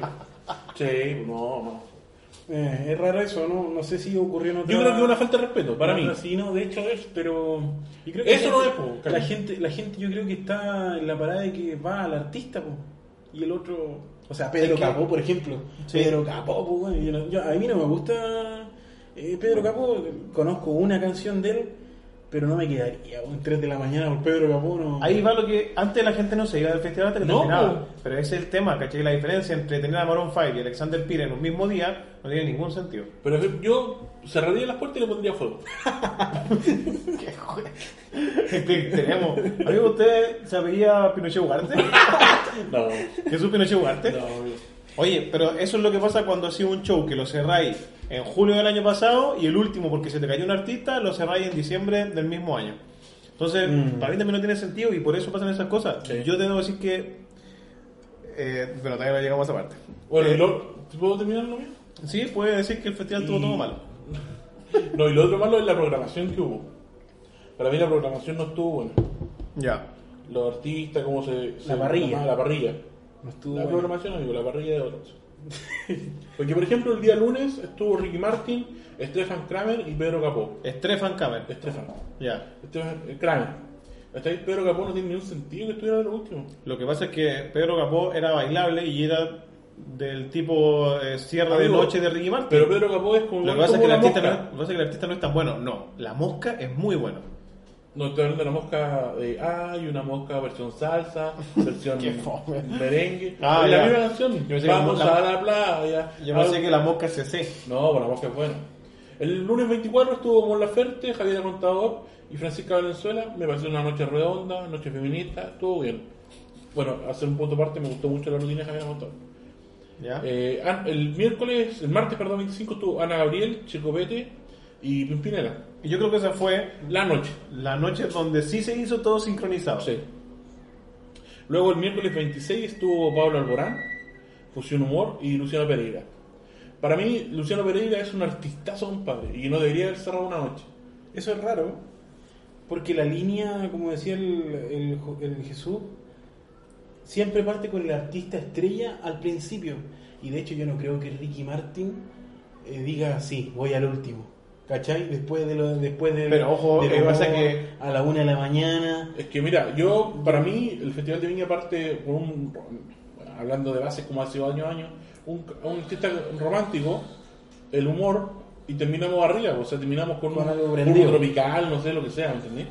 C: Sí, no, no.
A: Eh, es raro eso, ¿no? No sé si ocurrió en otra...
C: Yo creo que es una falta de respeto para
A: No,
C: mí.
A: no, Sí, no, de hecho es, pero... yo creo que
C: Eso
A: la
C: no
A: gente-
C: es, po,
A: La
C: Carlos.
A: gente, la gente yo creo que está en la parada de que va al artista, po. Y el otro... O sea, Pedro
B: Es que-
A: Capó, por ejemplo.
B: Sí.
A: Pedro Capó, po, güey, yo no- yo- a mí no me gusta eh, Pedro Capó. Conozco una canción de él, pero no me quedaría un 3 de la mañana por Pedro Capó. No.
B: Ahí va lo que antes la gente no se iba del festival hasta que
C: No,
B: terminaba.
C: po.
B: Pero ese es el tema, ¿cachai? La diferencia entre tener a Maroon 5 y Alexander Pire en un mismo día no tiene ningún sentido.
C: Pero yo cerraría las puertas y le pondría fuego.
B: ¿Qué tenemos? Amigo, ¿usted sabía Pinochet Ugarte?
C: No,
B: ¿Jesús Pinochet Ugarte?
C: no,
B: Oye, pero eso es lo que pasa cuando hacía un show que lo cerráis en julio del año pasado y el último, porque se te cayó un artista, lo cerráis en diciembre del mismo año. Entonces, para mí también no tiene sentido y por eso pasan esas cosas.
C: Mm. Sí.
B: Yo te debo decir que. eh, bueno, todavía no llegamos a esa parte.
C: Bueno,
B: Eh,
C: y lo- ¿puedo terminar lo mío?
B: Sí, puede decir que el festival estuvo
C: Y-
B: todo malo.
C: No, y lo otro malo es la programación que hubo. Para mí la programación no estuvo buena.
B: Ya.
C: Los artistas, cómo se... se
A: parrilla.
C: llamaba La parrilla.
A: No estuvo
C: la
A: bueno.
C: programación, amigo, la parrilla de otros. Porque, por ejemplo, el día lunes estuvo Ricky Martin, Stefan Kramer y Pedro Capó.
B: Stefan Kammer.
C: Stefan.
B: Ya.
C: Stefan eh, Kramer. Hasta ahí Pedro Capó no tiene ningún sentido que estuviera de lo último.
B: Lo que pasa es que Pedro Capó era bailable y era del tipo eh, cierre de
C: Amigo,
B: noche de Ricky Martin.
C: Pero Pedro Capó es como...
B: Lo que pasa es que
C: como
B: el
C: la
B: artista, no,
C: mosca.
B: lo que pasa es que el artista no es tan bueno. No, la mosca es muy buena.
C: No estoy hablando de la mosca de hay una mosca versión salsa, versión
B: Qué fome.
C: merengue.
B: Ah,
C: es
B: ya.
C: la misma canción.
B: Yo pensé que
C: Vamos
B: la-
C: a la playa.
B: Yo pensé
C: Algo-
B: que la mosca se hace.
C: No, bueno, la mosca es buena. El lunes 24 estuvo Mon Laferte, Javier Contador y Francisca Valenzuela. Me pareció una noche redonda, noche feminista, estuvo bien. Bueno, hacer un punto aparte, me gustó mucho la rutina de Javier Contador.
B: ¿Ya?
C: Eh, ah, el miércoles, el martes, perdón, 25 estuvo Ana Gabriel, Chicopete y Pimpinela.
B: Y yo creo que esa fue
C: La noche.
B: la noche donde sí se hizo todo sincronizado.
C: Sí. Luego el miércoles 26 estuvo Pablo Alborán, Fusión Humor y Luciano Pereira. Para mí, Luciano Pereira es un artistazo, compadre, y no debería haber cerrado una noche.
A: Eso es raro, porque la línea, como decía el, el Jo- el Jesús, siempre parte con el artista estrella al principio. Y de hecho yo no creo que Ricky Martin eh, diga, sí, voy al último. ¿Cachai? Después de lo, después de
B: Pero ojo,
A: de
B: lo que
A: Bono,
B: pasa que-
A: a la una de la mañana.
C: Es que mira, yo, para mí, el Festival de Viña parte con un, bueno, hablando de bases como hace años, años, un, un artista romántico, el humor, y terminamos arriba, o sea, terminamos con,
A: Con
C: un
A: algo
C: algo
A: prendido.
C: tropical, no sé, lo que sea, ¿me entendés?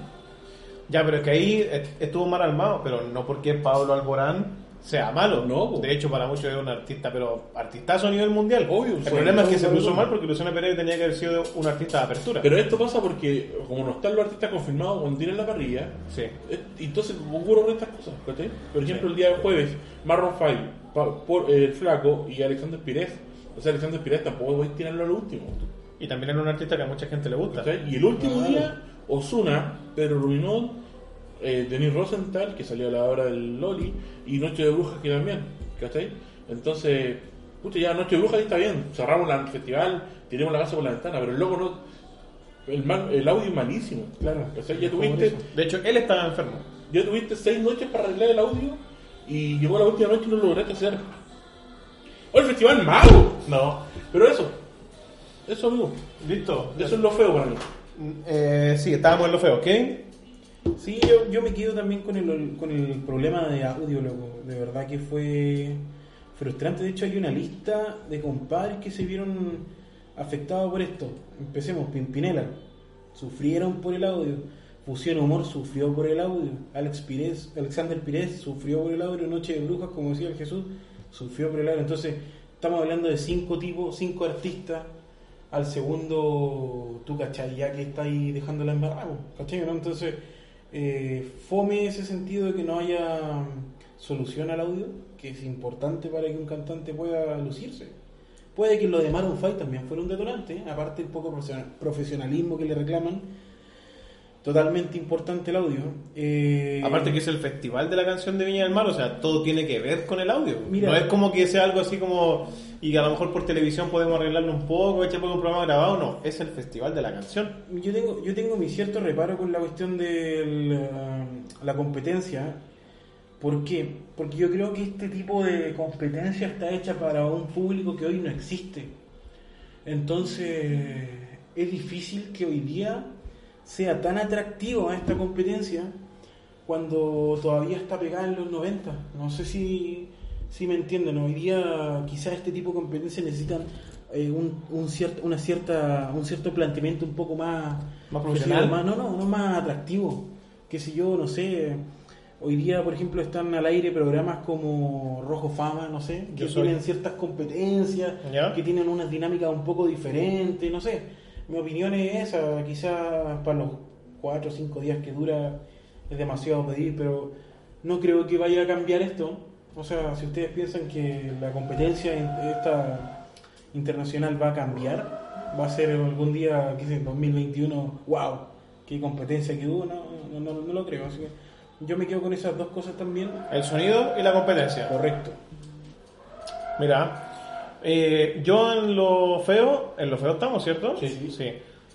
B: Ya, pero es que ahí est- estuvo mal armado, pero no porque Pablo Alborán sea malo.
C: No, po.
B: De hecho, para muchos es un artista, pero artistazo a nivel mundial.
C: Obvio,
B: El
C: sí,
B: problema es que
C: no,
B: se
C: no,
B: puso
C: no.
B: mal porque Luciana Pereira tenía que haber sido un artista de apertura.
C: Pero esto pasa porque, como no están los artistas confirmados cuando tienen la parrilla,
B: Sí.
C: eh, entonces ocurren estas cosas. ¿cachai? Por ejemplo, el día de jueves, Marron Five, Pa- por, eh, el Flaco y Alexander Pires. O sea, Alexander Pires tampoco voy a tirarlo al último.
B: Y también era un artista que a mucha gente le gusta.
C: ¿cachai? Y el último día, Osuna, Pedro Ruinón, eh, Denis Rosenthal, que salió a la hora del Loli, y Noche de Brujas, que también. ¿Cachai? Entonces, puta, ya Noche de Brujas ahí está bien. Cerramos la- el festival, tiremos la casa por la ventana, pero el loco no. El, man- el audio es malísimo.
A: Claro.
C: ¿cachai? Ya
A: Como
C: tuviste.
A: eso.
B: Este- De hecho, él estaba enfermo.
C: Ya tuviste seis noches para arreglar el audio y llegó la última noche y no lo lograste hacer. ¡Oh, el festival malo!
B: No.
C: Pero eso, eso amigo,
B: ¿Listo?
C: eso es lo feo para mí.
B: Eh, sí, estábamos en lo feo, ¿ok?
A: Sí, yo, yo me quedo también con el, con el problema de audio, loco. De verdad que fue frustrante. De hecho, hay una lista de compadres que se vieron afectados por esto. Empecemos, Pimpinela. Sufrieron por el audio. Fusión Humor sufrió por el audio. Alex Pires, Alexander Pires sufrió por el audio. Noche de Brujas, como decía el Jesús, sufrió por el audio. Entonces, estamos hablando de cinco tipos, cinco artistas. Al segundo, tú cachai, ya que estáis dejándola embarrada, po, ¿cachai? no? Entonces, eh, fome ese sentido de que no haya mm, solución al audio, que es importante para que un cantante pueda lucirse. Puede que lo de Maroon 5 también fuera un detonante, ¿eh? aparte el poco profesional- profesionalismo que le reclaman. Totalmente importante el audio. Eh,
B: Aparte que es el festival de la canción de Viña del Mar, o sea, todo tiene que ver con el audio.
A: Mira.
B: No es como que sea algo así como, y que a lo mejor por televisión podemos arreglarlo un poco, echar por un programa grabado, no, es el festival de la canción.
A: yo tengo, yo tengo mi cierto reparo con la cuestión de la, la competencia. ¿Por qué? Porque yo creo que este tipo de competencia está hecha para un público que hoy no existe. Entonces, es difícil que hoy día sea tan atractivo a esta competencia cuando todavía está pegada en los 90. No sé si, si me entienden. Hoy día quizás este tipo de competencias necesitan eh, un, un cierto, una cierta, un cierto planteamiento un poco más,
B: Más profesional.
A: más- no, no, no más atractivo. Que si yo, no sé, hoy día, por ejemplo, están al aire programas como Rojo Fama, no sé, que
B: Yo soy.
A: tienen ciertas competencias,
B: Ya.
A: que tienen unas dinámicas un poco diferentes, no sé. Mi opinión es esa, quizás para los cuatro o cinco días que dura es demasiado pedir, pero no creo que vaya a cambiar esto. O sea, si ustedes piensan que la competencia in- esta internacional va a cambiar, va a ser algún día, qué sé, 2021, wow, qué competencia que hubo, no, no, no- no lo creo. Así que yo me quedo con esas dos cosas también.
B: El sonido y la competencia.
A: Correcto.
B: Mira, eh, yo en lo feo, en lo feo estamos, ¿cierto?
C: Sí.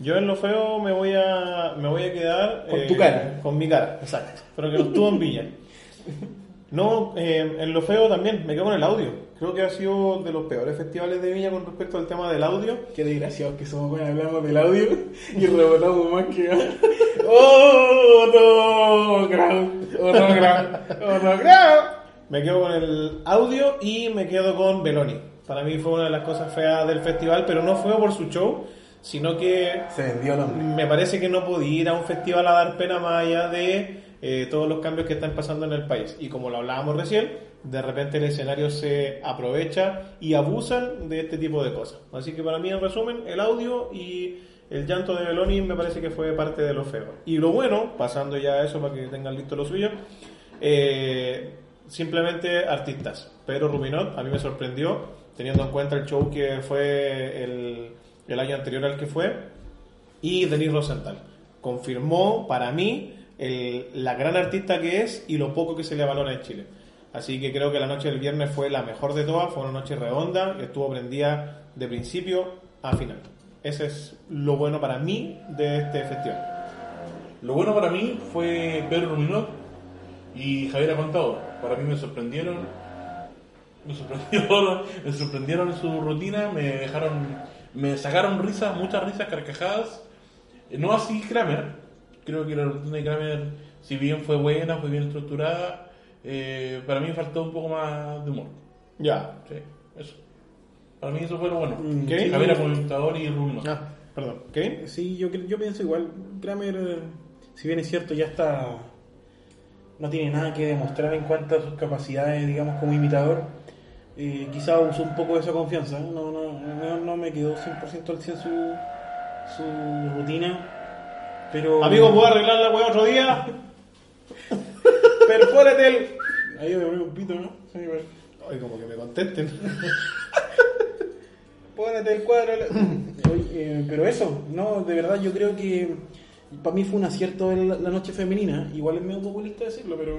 B: Yo en lo feo me voy a, me voy a quedar... eh,
A: Con tu cara.
B: Con mi cara, exacto. Pero que no estuvo en Villa. No, eh, en lo feo también, me quedo con el audio. Creo que ha sido de los peores festivales de Viña con respecto al tema del audio.
A: Qué desgraciados que somos cuando hablamos del audio y rebotamos más que...
B: ¡Oh, no!
A: Oh, no, gran- oh, no, gran-
B: Me quedo con el audio y me quedo con Beloni. Para mí fue una de las cosas feas del festival, pero no fue por su show, sino que
A: Se vendió el hombre.
B: Me parece que no podía ir a un festival a dar pena más allá de eh, todos los cambios que están pasando en el país. Y como lo hablábamos recién, de repente el escenario se aprovecha y abusan de este tipo de cosas. Así que para mí, en resumen, el audio y el llanto de Beloni me parece que fue parte de lo feo. Y lo bueno, pasando ya a eso para que tengan listo lo suyo, eh, simplemente artistas. Pedro Rubinot a mí me sorprendió, teniendo en cuenta el show que fue el, el año anterior al que fue y Denis Rosenthal. Confirmó para mí el- la gran artista que es y lo poco que se le valora en Chile. Así que creo que la noche del viernes fue la mejor de todas, fue una noche redonda y estuvo prendida de principio a final. Ese es lo bueno para mí de este festival.
C: Lo bueno para mí fue Pedro Ruminot y Javier Contador. Para mí me sorprendieron, me sorprendieron, me sorprendieron en su rutina, me dejaron, me sacaron risas, muchas risas, carcajadas. Eh, No así Kramer, creo que la rutina de Kramer, si bien fue buena, fue bien estructurada, eh, para mí faltó un poco más de humor.
B: Ya.
C: Sí, eso. Para mí eso fue lo bueno.
B: Mm, ¿Qué?
C: Javier Contador y Ruminot.
B: Ah, perdón. ¿Qué?
A: Sí, yo, cre- yo pienso igual. Kramer, si bien es cierto, ya está. No tiene nada que demostrar en cuanto a sus capacidades, digamos, como imitador. Eh, quizá usó un poco de esa confianza. ¿eh? No, no, no, no me quedó 100% al 100 su, su rutina. Pero.
B: Amigo, ¿puedo arreglar la weá otro día?
A: perfórate el. Ahí me ponía un pito, ¿no? Sí, bueno.
B: Oye, como que me contesten. Pónete el cuadro.
A: Oye, eh, pero eso, no, de verdad yo creo que para mí fue un acierto el- la noche femenina, igual es medio populista decirlo, pero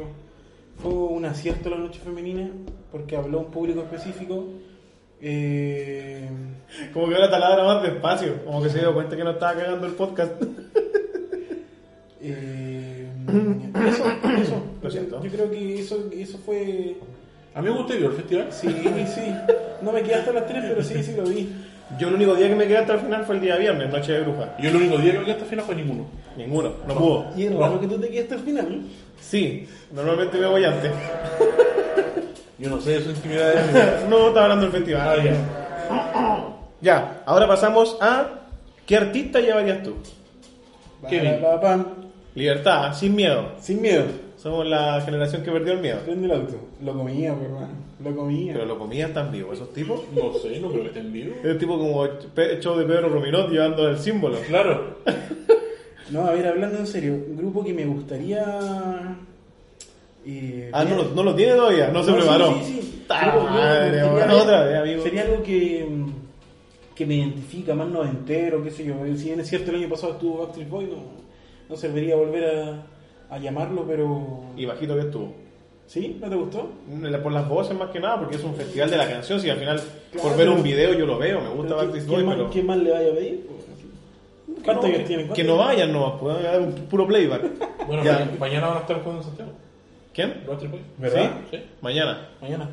A: fue un acierto la noche femenina porque habló a un público específico. Eh,
B: Como que ahora taladra más despacio. Como que se dio cuenta que no estaba cagando el podcast.
A: eh, eso, eso,
B: Lo siento.
A: Yo creo que eso, eso fue...
C: A mí me gustó y vio el festival.
A: Sí, sí, no me quedé hasta las 3, pero sí, sí lo vi.
B: Yo el único día que me quedé hasta el final fue el día viernes, noche de bruja.
C: Yo el único día que me quedé hasta el final fue ninguno.
B: Ninguno, no pudo.
A: Y es raro que tú te quedes hasta el final.
B: Sí, normalmente me voy antes.
C: Yo no sé de su intimidad de mí.
B: No, estaba hablando del festival.
C: Ah, ya.
B: Ya, ahora pasamos a ¿qué artista llevarías tú?
C: Kevin.
A: Pa, pa, pam.
B: Libertad, sin miedo.
A: Sin miedo.
B: Somos la generación que perdió el miedo.
A: Prende el auto. Lo comía, por hermano. Lo comía.
B: Pero lo comían tan vivo, esos tipos.
C: No sé, no creo que esté en vivo.
B: Es tipo como el pe- show de Pedro Ruminot llevando el símbolo.
C: Claro.
A: No, a ver, hablando en serio, un grupo que me gustaría. eh,
B: Ah, no, lo- no lo tiene todavía, no se
A: sí,
B: preparó.
A: Sí, sí.
B: Ta
A: Grupo que me
B: madre,
A: gustaría
B: bueno,
A: ver.
B: otra vez, amigo.
A: Sería algo que, mm, que me identifica más noventero, qué sé yo. Eh, Si bien es cierto, el año pasado estuvo Backstreet Boy, no, no se debería volver a, a llamarlo, pero.
B: Y bajito que estuvo.
A: ¿Sí? ¿No te gustó?
B: Por las voces más que nada, porque es un festival de la canción. Si al final,
A: Claro.
B: por ver un video yo lo veo, me gusta
A: Pero
B: Backstreet
A: ¿qué-
B: Boy,
A: ¿qué, más,
B: pero
A: qué más le vaya a pedir? Pues, ¿Cuántos años tienen?
B: que no vayan nomás, pues, van a dar un puro playback.
C: Bueno,
B: Ya.
C: ma- mañana van a estar jugando en Santiago.
B: ¿Quién?
C: ¿Lo Boys?
B: ¿Verdad?
C: Sí,
B: Mañana.
C: mañana.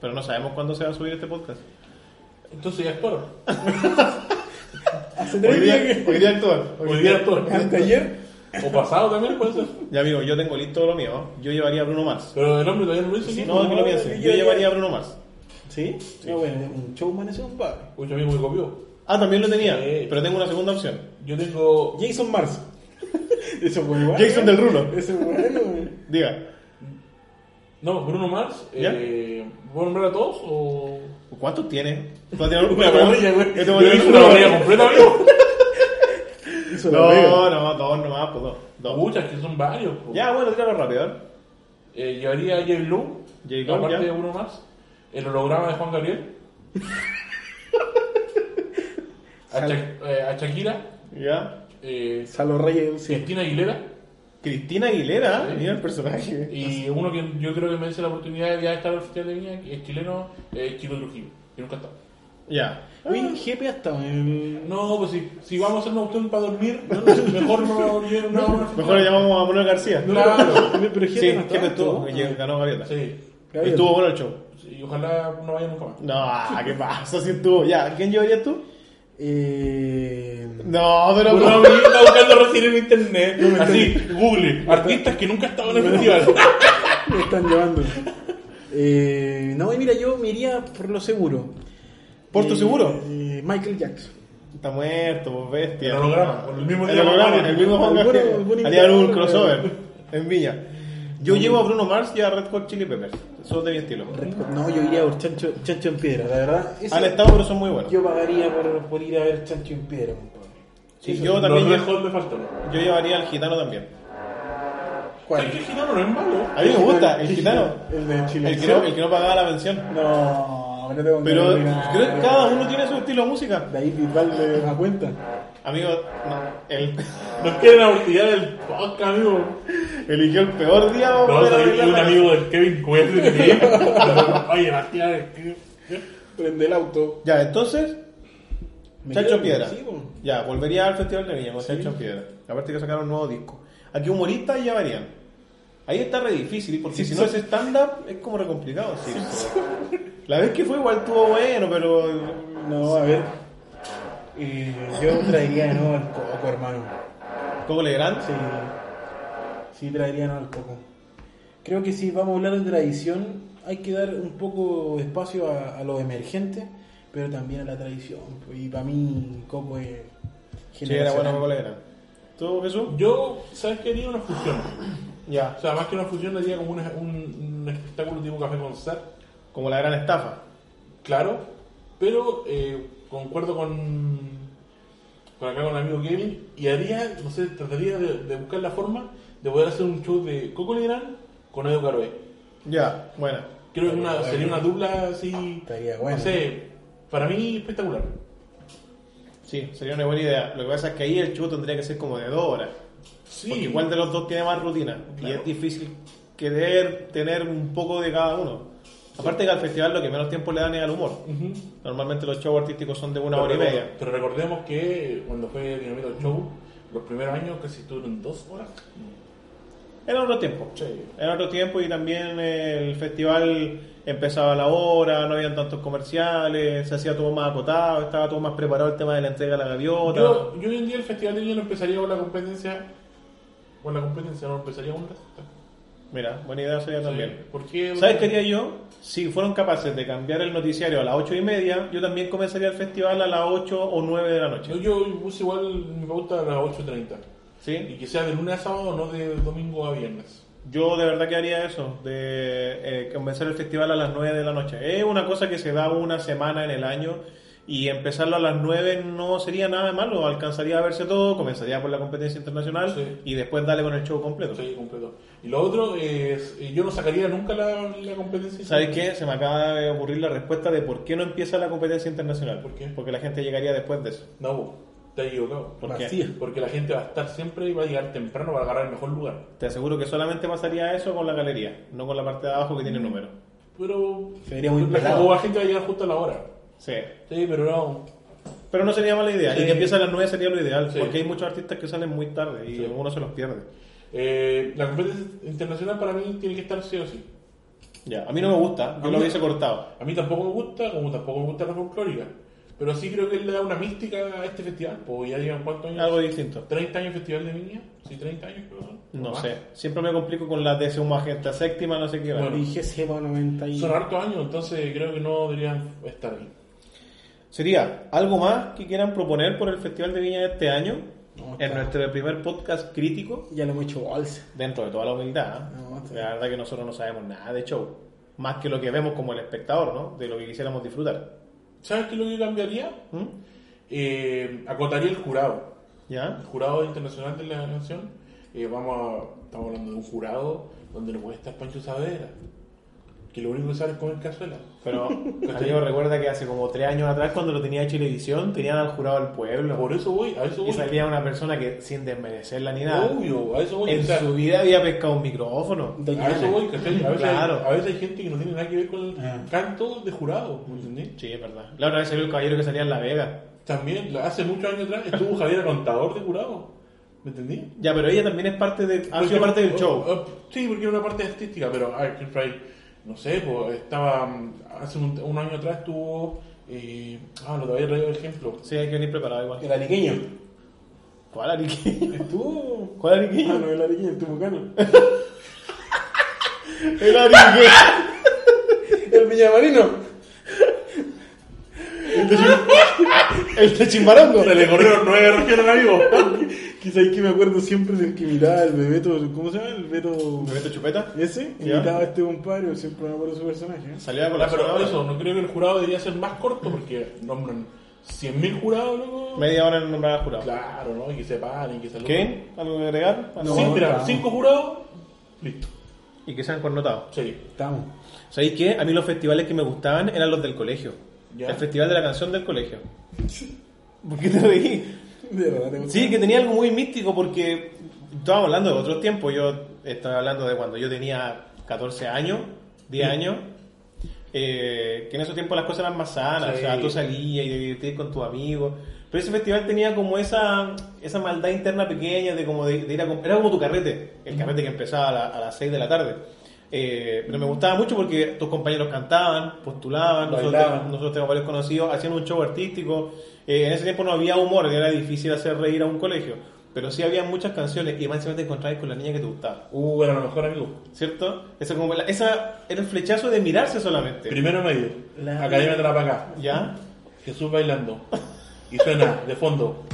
B: Pero no sabemos cuándo se va a subir este podcast.
C: Entonces ya es todo.
A: Hace
B: Hoy
A: tres
B: día,
A: días que.
B: hoy día actúa.
C: Hoy día es todo.
A: Anteayer.
C: O pasado también puede ser.
B: Ya amigo, yo tengo listo lo mío. Yo llevaría a Bruno más.
C: Pero el hombre todavía no lo hizo. ¿sí?
B: No, que lo
A: yo
B: piense. Yo
A: llevaría-
B: llevaría a Bruno más.
A: ¿Sí? No, bueno, un showman es un padre.
C: Uy, yo mismo me copió.
B: Ah, también lo tenía.
C: Sí.
B: Pero tengo una segunda opción.
C: Yo tengo.
A: Jason Mars. Eso fue bueno.
B: Jason del Rulo.
A: Eso fue bueno. güey.
B: Diga,
C: No, Bruno Mars.
B: ¿Ya?
C: Eh, ¿Puedo nombrar a todos o.?
B: ¿cuántos tiene? este ¿Tú vas a tirar una
A: botella, güey.
B: Yo te
C: Yo
B: voy a
C: hice
B: tirar una
C: una botella completa, amigo.
A: Hizo la pega.
B: No, no, dos nomás, pues dos. dos.
C: Muchas, que son varios. po.
B: Ya, bueno, tíralo rápido. a ver.
C: Eh, llevaría a J. Blue.
B: J. Lo,
C: Aparte
B: ya.
C: de Bruno Mars. El holograma de Juan Gabriel. a, Sha- eh, a Shakira.
B: Ya.
C: Eh,
A: Salo Reyes, sí.
C: Cristina Aguilera.
B: Cristina Aguilera,
C: Sí.
B: mira el personaje.
C: Y uno que yo creo que merece la oportunidad de ya estar al festival de Viña, que es chileno, eh, Chico Trujillo, que nunca está.
B: Ya.
A: Uy, jefe hasta el...
C: No, pues si, si vamos a hacer una opción para dormir, mejor no dormir una hora.
B: Mejor le llamamos a Manuel García.
C: Claro.
A: Pero
B: Sí,
A: jefe no
B: ¿qué
A: estaba,
B: estuvo?
A: ¿no?
B: Oye, Ganó Gaviota.
C: Sí.
A: Gabriel.
B: Estuvo bueno el show.
C: Y ojalá no vaya nunca más.
B: No, ah, ¿qué pasa? Si estuvo. Ya, ¿quién llevarías tú?
A: Eh...
B: No, pero.
C: Uno amigo está buscando recién en internet. Así, Google. Artistas que nunca estaban en el festival.
A: Me están llevando. Eh... No, y mira, yo me iría por lo seguro.
B: ¿Por tu
A: Eh,
B: seguro?
A: eh, Michael Jackson.
B: Está muerto, pues bestia.
C: El holograma, con el mismo
B: El
C: día
B: holograma,
C: Juan
B: el mismo Juan
A: Alguno-
B: Gabriel.
A: algún
B: Harían un
A: invitado,
B: crossover
C: eh.
B: en Viña. Yo llevo a Bruno Mars y a Red Hot Chili Peppers. Son de mi estilo.
A: No, yo iría por Chancho, Chancho en Piedra, la verdad. Ese-
B: Han estado, pero son muy buenos. Yo,
A: Yo pagaría por, por ir a ver Chancho en Piedra, compadre.
B: sí,
C: Eso,
B: yo también
C: Los
B: llevo-
C: viejos me faltaron.
B: yo llevaría al gitano también.
C: Es que el gitano no es malo.
B: A mí me gusta el gitano.
A: El de Chile.
B: El que no, el que no pagaba la pensión.
A: No, no tengo
B: Pero
A: que decir
B: creo
A: nada.
B: que cada uno tiene su estilo de música.
A: David Bisbal da cuenta.
B: Amigo, no, el,
C: Nos quieren abortillar el podcast, amigo.
B: eligió el peor día. para
C: No,
B: poder
C: soy
B: arreglar
C: un
B: la-
C: amigo del Kevin Cuello. tío. Oye, la tía del Kevin.
A: Prende el auto.
B: Ya, entonces,
A: Me
B: Chacho
A: quedo-
B: Piedra.
A: sí, po.
B: ya, volvería al Festival de Viña con Chacho Piedra. Aparte que sacaron un nuevo disco. Aquí humoristas ya varían. Ahí está re difícil, porque si no es stand-up, es como re complicado. sí. La vez que fue igual estuvo bueno, pero...
A: No, a ver. Eh, yo traería de nuevo al coco, hermano.
B: Coco Legrand,
A: Sí. Sí, traería de nuevo al coco. Creo que si vamos a hablar de tradición, hay que dar un poco de espacio a, a lo emergente, pero también a la tradición. Y para mí, coco es.
B: sí, era bueno
A: generacional.
B: Coco Legrand. ¿Tú, Jesús?
C: Yo, ¿sabes qué haría? Una fusión.
B: Ya,
C: O sea, más que una fusión, haría como una- un, un espectáculo tipo Café con Sar,
B: como la gran estafa.
C: claro, pero eh, concuerdo con, con acá con el amigo Kevin y haría, no sé, trataría de, de buscar la forma de poder hacer un show de Coco Legrand con Edu Caroe.
B: Ya, buena.
C: Creo que una, sería una dupla así.
A: Estaría bueno.
C: No sé, para mí espectacular.
B: Sí, sería una buena idea. Lo que pasa es que ahí el show tendría que ser como de dos horas.
C: Sí,
B: Porque igual de los dos tiene más rutina. Y
C: Claro.
B: es difícil querer tener un poco de cada uno. Aparte que al festival lo que menos tiempo le dan es al humor. Normalmente los shows artísticos son de una hora y
C: pero,
B: media.
C: pero recordemos que cuando fue Dinamita el Show, los primeros años casi estuvieron dos horas.
B: Era otro tiempo.
C: Sí.
B: Era otro tiempo y también eh, el festival empezaba a la hora, no habían tantos comerciales, se hacía todo más acotado, estaba todo más preparado el tema de la entrega de la gaviota.
C: Yo, yo hoy en día el Festival de Viña no empezaría con la competencia. Con la competencia no empezaría con la cesta.
B: Mira, buena idea sería también.
C: ¿Por qué?
B: ¿Sabes qué haría yo? Si fueron capaces de cambiar el noticiario a las 8 y media, yo también comenzaría el festival a las 8 o 9 de la
C: Yo,
B: noche.
C: yo puse igual mi pauta a las 8.30. Y
B: ¿Sí?
C: que sea de lunes a sábado, no de domingo a viernes.
B: Yo de verdad que haría eso, de eh, comenzar el festival a las 9 de la noche. Es una cosa que se da una semana en el año y empezarlo a las 9 no sería nada de malo, alcanzaría a verse todo, comenzaría por la competencia internacional
C: Sí.
B: y después dale con el show completo.
C: Sí, completo. Y lo otro es. eh, Yo no sacaría nunca la, la competencia.
B: ¿Sabes qué? Se me acaba de ocurrir la respuesta de por qué no empieza la competencia internacional.
C: ¿Por qué?
B: Porque la gente llegaría después de eso.
C: No, te has equivocado.
B: ¿Por qué?
A: Vacía.
C: Porque la gente va a estar siempre y va a llegar temprano para agarrar el mejor lugar.
B: Te aseguro que solamente pasaría eso con la galería, no con la parte de abajo que
C: Mm.
B: tiene número.
C: Pero.
A: Sería muy
C: la,
A: pelado.
C: o la gente va a llegar justo a la hora.
B: Sí.
C: Sí, pero no.
B: Pero no sería mala idea.
C: Sí.
B: Y que empiece a las 9 sería lo ideal,
C: Sí.
B: porque hay muchos artistas que salen muy tarde y
C: Sí.
B: uno se los pierde.
C: Eh, la competencia internacional para mí tiene que estar sí o sí.
B: Ya, a mí no me gusta, yo
C: A
B: lo
C: mí-
B: hubiese cortado.
C: A mí tampoco me gusta, como tampoco me gusta la folclórica. Pero sí creo que le da una mística a este festival. Pues ya llevan cuántos años.
B: Algo distinto.
C: 30 años Festival de Viña. Sí, 30 años creo.
B: No
C: Más.
B: sé, siempre me complico con la décima magenta, séptima, no sé qué.
C: Bueno.
A: Vigésimo 90 y...
C: Son hartos años, entonces creo que no deberían estar ahí.
B: Sería algo más que quieran proponer por el Festival de Viña de este año,
A: No,
B: en
A: está.
B: nuestro primer podcast crítico,
A: Ya lo hemos hecho bolsa.
B: dentro de toda la humildad. ¿eh?
A: No, está
B: la verdad que nosotros no sabemos nada de show, más que lo que vemos como el espectador, ¿no? De lo que quisiéramos disfrutar.
C: ¿Sabes qué es lo que cambiaría?
B: ¿Mm?
C: Eh, acotaría el jurado.
B: ¿Ya?
C: El jurado internacional de la canción. eh, vamos a- estamos hablando de un jurado donde no puede estar Pancho Saavedra. Que lo único que sabe es comer cazuela.
B: Pero, amigo, recuerda que hace como tres años atrás, cuando lo tenía Chilevisión, tenían al jurado del pueblo.
C: Por eso voy, a eso voy.
B: Y salía una persona que, sin desmerecerla ni nada,
C: Obvio, a eso voy. o
B: en
C: sea,
B: su vida había pescado un micrófono.
A: Doña
C: A eso
A: Ana.
C: voy, ¿cachai? A veces,
B: Claro.
C: a veces hay gente que no tiene nada que ver con el
A: Ah.
C: canto de jurado, ¿me entendés?
B: Sí, es verdad. La otra vez salió el caballero que salía en La Vega.
C: También, la- hace muchos años atrás, estuvo Javier Contador de jurado, ¿me entendí?
B: Ya, pero ella también es parte de, ha
C: Porque-
B: sido Ah, parte del
C: o-
B: show.
C: o- Oh, sí, porque era una parte artística, pero a ver, que fray, no sé, pues, estaba, mm, hace un, un año atrás estuvo, eh, ah, lo te había traído de ejemplo,
B: Sí, hay que venir preparado igual.
A: El ariqueño.
B: ¿Cuál ariqueño?
A: Estuvo.
B: ¿Cuál
A: Ah,
B: ariqueño?
A: no, el ariqueño, el tucano.
B: El ariqueño.
A: El villamarino.
B: El de Chimbarongo.
C: se le corrieron nueve regiones al amigo.
A: Quizás que me acuerdo siempre del que imitaba el Bebeto. ¿Cómo se llama? El Bebeto.
B: Bebeto Chupeta.
A: Ese.
B: Ya.
A: Imitaba a este compadre. Siempre me acuerdo de su personaje. ¿eh?
B: Salía con
C: Ah,
B: la
C: pero por
B: sola
C: eso, no creo que el jurado debería ser más corto, porque nombran 100.000 jurados,
B: hora.
C: loco.
B: Media hora en nombrar al jurado.
C: Claro, ¿no? Y que se paren, que saluden.
B: ¿Qué? ¿Algo que agregar? Ah,
A: No.
C: sí, mira,
A: claro.
C: cinco jurados, listo.
B: Y que sean connotados.
C: Sí.
A: Estamos.
B: ¿Sabéis qué? A mí los festivales que me gustaban eran los del colegio.
C: Ya.
B: El festival de la canción del colegio. ¿Por qué te reí?
A: De verdad, te gusta.
B: Sí, que tenía algo muy místico porque estábamos hablando de otros tiempos. Yo estaba hablando de cuando yo tenía 14 años, 10 años. eh, que en esos tiempos las cosas eran más sanas,
C: Sí.
B: o sea, tú salías y te divertías con tus amigos. Pero ese festival tenía como esa, esa maldad interna pequeña de como de, de ir a comp- Era como tu carrete, el carrete que empezaba a, la- a las 6 de la tarde. Eh, pero me gustaba mucho porque tus compañeros cantaban, postulaban, nosotros,
C: Bailaban.
B: nosotros tenemos varios conocidos, hacían un show artístico. Eh, en ese tiempo no había humor, era difícil hacer reír a un colegio. Pero sí había muchas canciones y más encima te encontrabas con la niña que te gustaba.
C: Uh, era lo mejor, amigo.
B: ¿Cierto? Esa, como, la- esa era el flechazo de mirarse solamente.
C: Primero medio.
A: La-
C: Academia de la Pacá.
B: ¿Ya?
C: Jesús bailando. Y suena de fondo.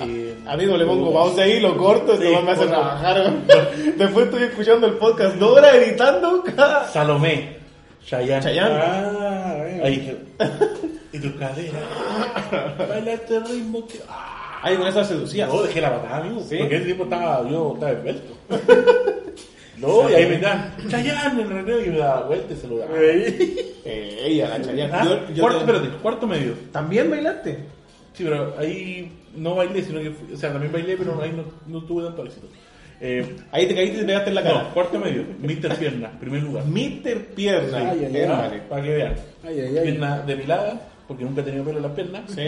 C: eh,
B: Amigo, le pongo pausa ahí, lo corto,
C: Sí,
B: este weón me hace
C: corta.
B: trabajar. weón. Después estoy escuchando el podcast dos horas editando cada.
C: Salomé, Chayanne.
B: Chayanne.
A: Ah, bueno.
C: Ahí dije, y tu cadera. Baila este ritmo que. Ah,
B: Ay, con esa seducía.
C: no, dejé la patada, amigo.
B: Sí.
C: Porque ese tiempo estaba, yo estaba esbelto. No, y ahí me da Chayanne en el recreo y me da vuelta y se lo daba.
B: Eh, ella, la Chayanne.
C: Ah,
B: Yo- yo
C: cuarto,
B: te-
C: espérate, cuarto medio.
B: ¿También bailaste?
C: Sí, pero ahí no bailé, sino que. fui- O sea, también bailé, pero ahí no, no tuve tanto éxito. Eh,
B: Ahí te caíste y te pegaste en la
C: no,
B: cara.
C: cuarto medio, Mister Pierna, primer lugar.
B: Mister Pierna.
A: Ay, ay, ay.
B: Pierna,
C: Ah,
B: vale.
C: para que vean.
A: Ay, ay, ay.
C: Pierna depilada, porque nunca he tenido pelo en las piernas.
B: Sí.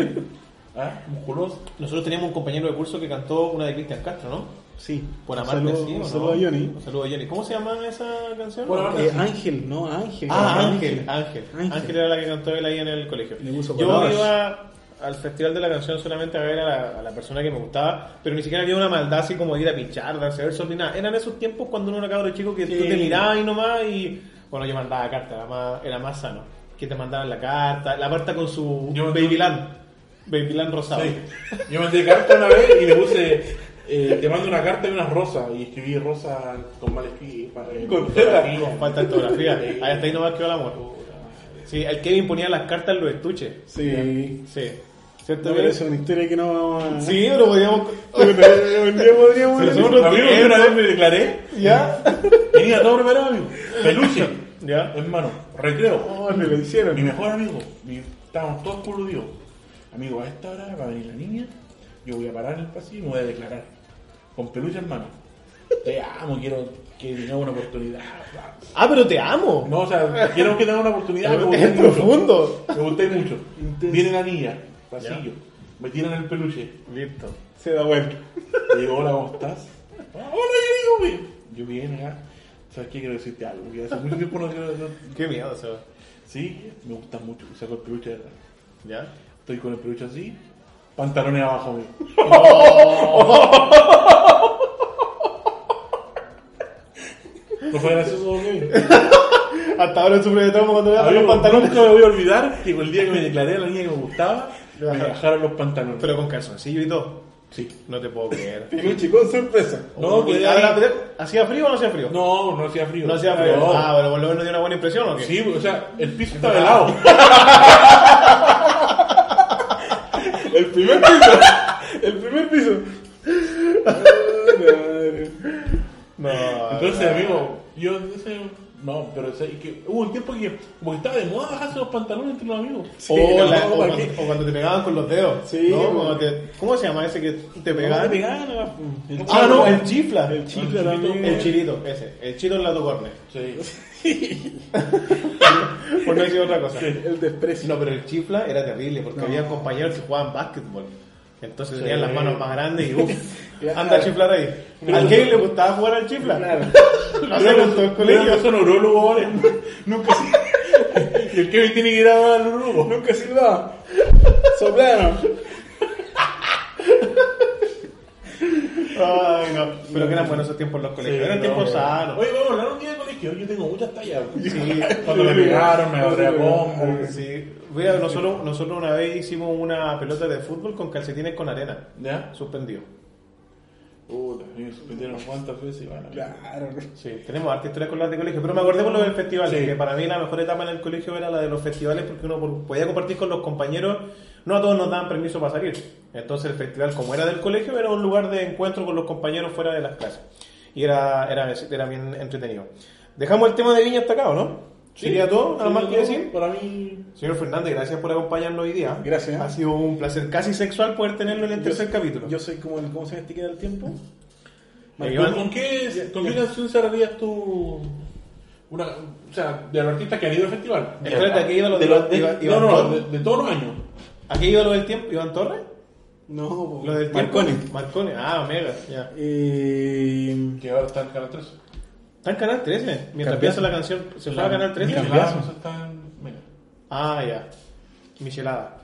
C: Ah, musculoso.
B: Nosotros teníamos un compañero de curso que cantó una de Cristian Castro, ¿no?
A: Sí.
B: Por
A: Un
B: amarte
A: saludo-
B: así, ¿o
A: un
B: no?
A: saludo a Johnny.
B: Un saludo a Johnny. ¿Cómo se llama esa canción?
C: Por amarte
A: Eh, Ángel, no, Ángel.
B: Ah, Ángel, Ángel.
A: Ángel.
B: Ángel. era la que cantó él ahí en el colegio.
A: Le puso
B: Yo
A: colores.
B: iba al festival de la canción solamente a ver a la, a la persona que me gustaba, pero ni siquiera había una maldad así como de ir a pinchar, darse versos ni nada. Eran esos tiempos cuando uno era cabro chico que tú te mirabas ahí nomás y, bueno, yo mandaba carta, era más, era más sano. Que te mandaban la carta, la carta con su
C: Yo-
B: Babyland, Babyland rosado.
C: Sí. Yo mandé carta una vez y le puse, eh, te mando una carta y unas rosas. Y escribí rosa con mal escrito. para-
B: Con
C: para-
B: Con falta de ortografía. Ahí hasta ahí nomás quedó el amor. Sí, el Kevin ponía las cartas en los estuches.
A: Sí.
B: Sí. ¿Cierto?
A: No, pero
B: Kevin?
A: eso es una historia que no vamos a...
B: Sí, pero podíamos.
A: Pero, pero, un día podríamos
B: Pero
A: hablar.
B: son unos
C: Amigo, yo una vez me declaré,
B: ¿Ya?
C: tenía todo preparado, amigo. Peluche,
B: ¿Ya?
C: hermano, recreo.
A: Oh, me lo
C: Mi
A: hicieron.
C: mejor amigo, mi- estábamos todos coludidos. Amigo, a esta hora va a venir la niña, yo voy a parar en el pasillo y me voy a declarar. Con peluche, hermano. Te amo, quiero que tengamos una oportunidad.
B: Ah, pero te amo.
C: No, o sea, quiero que tengas una oportunidad. me
B: es
C: gustáis mucho.
B: profundo.
C: Me gustáis mucho. Viene la niña, pasillo. Me tiran el peluche.
B: Listo.
A: Se da vuelta.
C: Le digo, hola, ¿cómo estás? "Ah, hola, yo digo, "Bien". Yo bien acá. ¿Sabes qué? Quiero decirte algo. Porque hace mucho tiempo no quiero... no-
B: Qué miedo, se va.
C: Sí, me gusta mucho. Saco el peluche de atrás.
B: ¿Ya?
C: Estoy con el peluche así. Pantalones abajo, amigo. No fue gracioso, amigo.
B: Hasta ahora sufre de trauma cuando veas
C: Había
B: los
C: un pantalón
B: pantalones.
C: nunca me voy a olvidar que el día que me declaré a la niña que me gustaba, me bajaron los pantalones.
B: Pero con calzoncillo y todo.
C: sí.
B: No te puedo creer.
A: Peluche con sorpresa.
C: No, que de
B: A ver,
C: ahí-
B: ¿Hacía frío o no hacía frío?
C: No, no hacía frío.
B: No hacía frío.
C: No.
B: Ah, pero por lo menos dio una buena impresión o qué?
C: Sí, o sea, el piso estaba helado.
A: El primer piso. El primer piso. Ah, madre.
B: No.
C: Entonces, amigo, yo ese, no, pero sé que hubo un tiempo que como que estaba de moda bajarse los pantalones entre los amigos.
A: Sí,
B: O, la-
A: no,
B: o cuando,
A: porque-
B: o cuando te pegaban con los dedos.
A: Sí,
B: ¿no?
A: güey.
B: Cuando te- ¿Cómo se llama ese que te
A: No,
B: pegaban?
A: vegana. El
B: Ah,
A: chino.
B: no, el chifla.
A: El chifla también.
B: El chilito, ese. El chito en la tocorne.
C: Sí.
B: Por no decir otra cosa.
A: El desprecio.
B: No, pero el chifla era terrible porque había compañeros que jugaban básquetbol. Entonces tenían las manos más grandes y uff,
A: Claro.
B: anda a chiflar ahí. al Kevin le gustaba jugar al chifla.
A: Claro.
B: Lo hacía con todo el
C: Yo
B: colegio.
C: soy neurólogo ahora. Nunca sé. Y el Kevin tiene que ir a al neurólogo.
A: Nunca silbaba. Soplano.
B: Ay, no. Pero que eran buenos esos tiempos en los colegios. eran
C: no,
B: tiempos
C: güey.
B: sanos.
C: Oye, vamos a hablar un día de colegio. Yo tengo muchas tallas.
B: Sí.
C: Cuando me pegaron, me agarré a combo.
B: Sí. Vea, nosotros, nosotros una vez hicimos una pelota de fútbol con calcetines con arena.
C: ¿Ya?
B: Suspendido.
C: Puta, a mí me suspendieron cuántas veces. Bueno,
A: Claro.
B: Sí, tenemos harta historia con las de colegio, pero me acordé por lo del festival,
C: Sí.
B: que para mí la mejor etapa en el colegio era la de los festivales porque uno por- podía compartir con los compañeros, no a todos nos daban permiso para salir. Entonces el festival, como era del colegio, era un lugar de encuentro con los compañeros fuera de las clases. Y era, era, era bien entretenido. Dejamos el tema de Viña hasta acá, ¿o no? ¿Sería todo? ¿Nada más que decir?
C: Para mí,
B: Señor Fernández, gracias por acompañarnos hoy día.
A: Gracias.
B: Ha sido un placer casi sexual poder tenerlo en el tercer capítulo.
A: Yo soy como el. ¿Cómo se llama este que da el tiempo?
B: Eh,
C: ¿Con,
B: Iván,
C: con qué, con qué canción cerrarías tú? Una, o sea, de los artistas que han ido al festival.
B: Espérate, aquí iba lo
C: de,
B: de-
C: los- de-
B: iba- iba
C: no, no,
B: todo.
C: de, de todos los años.
B: ¿A qué iba lo del tiempo? ¿Iván Torres?
A: No, po.
B: Lo del tiempo.
A: Marconi.
B: Marconi, ah, Omega, ya.
A: Eh,
C: Que ahora está en Canal 13.
B: Está en Canal 13, mientras
A: Cambiazo.
B: pienso la canción, se fue a Canal 13.
C: Mira,
A: Cambiazo.
C: vamos, está en Mega.
B: Ah, ya. Michelada.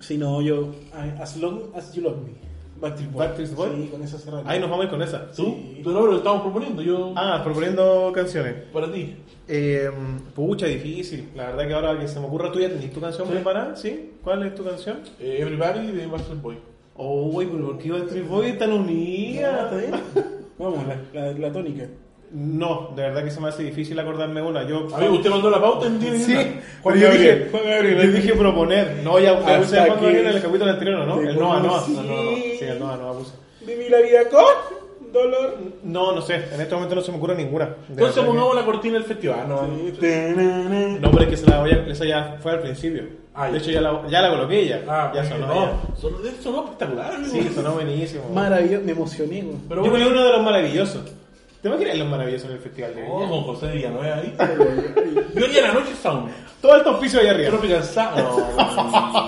A: si no, yo. I- As long as you love me. Backstreet Boys.
B: Backstreet Boys.
A: Sí, con esa cerrada.
B: Ahí nos vamos a ir con esa.
C: ¿Tú? Tú no, lo estamos proponiendo. Yo,
B: Ah, proponiendo canciones.
C: para ti.
B: Eh, pucha, difícil. La verdad que ahora que se me ocurra tuya, ¿tenés tu canción preparada? ¿Sí? ¿Cuál es tu canción?
C: Eh, Everybody de Backstreet Boy.
B: Oh, güey, pero ¿por qué Backstreet Boys están unidas?
A: ¿Está bien? Vamos, la, la, la tónica.
B: No, de verdad que se me hace difícil acordarme una. Yo
C: Amigo, usted mandó la pauta y no tiene ni
B: Ah. Sí,
C: una.
B: pero
A: Juan
B: yo
A: Gabriel,
B: dije,
A: Juan Gabriel.
B: yo dije proponer. No, ya, ya
A: Hasta
B: puse a Juan
A: que-
B: Gabriel en el capítulo anterior, ¿no?
A: Te
B: El Noa, Noa.
A: conocí.
B: No, no, no. Sí, el Noa, Noa puse.
A: Viví la vida con dolor.
B: No, no sé. En este momento no se me ocurre ninguna. De
C: Entonces
B: verdad que-
C: pongamos la cortina del festival. No,
B: No, pero es que se la voy a- esa ya fue al principio.
C: Ah,
B: de
C: ya.
B: hecho, ya la, ya la coloqué ya.
C: Ah,
B: ya
C: bueno,
B: sonó. ya.
C: no. Sonó, sonó espectacular, amigo.
B: Sí, sonó buenísimo.
A: Maravilloso, me emocioné. güey.
C: Pero
B: Yo
C: bueno,
B: creo que uno de los maravillosos. ¿Te imaginas los maravillosos en el festival de
C: oh,
B: Viña?
C: con José Villanueva ahí. Yo ni a la noche sound.
B: Todo el pisos ahí arriba.
C: Tropical Sound.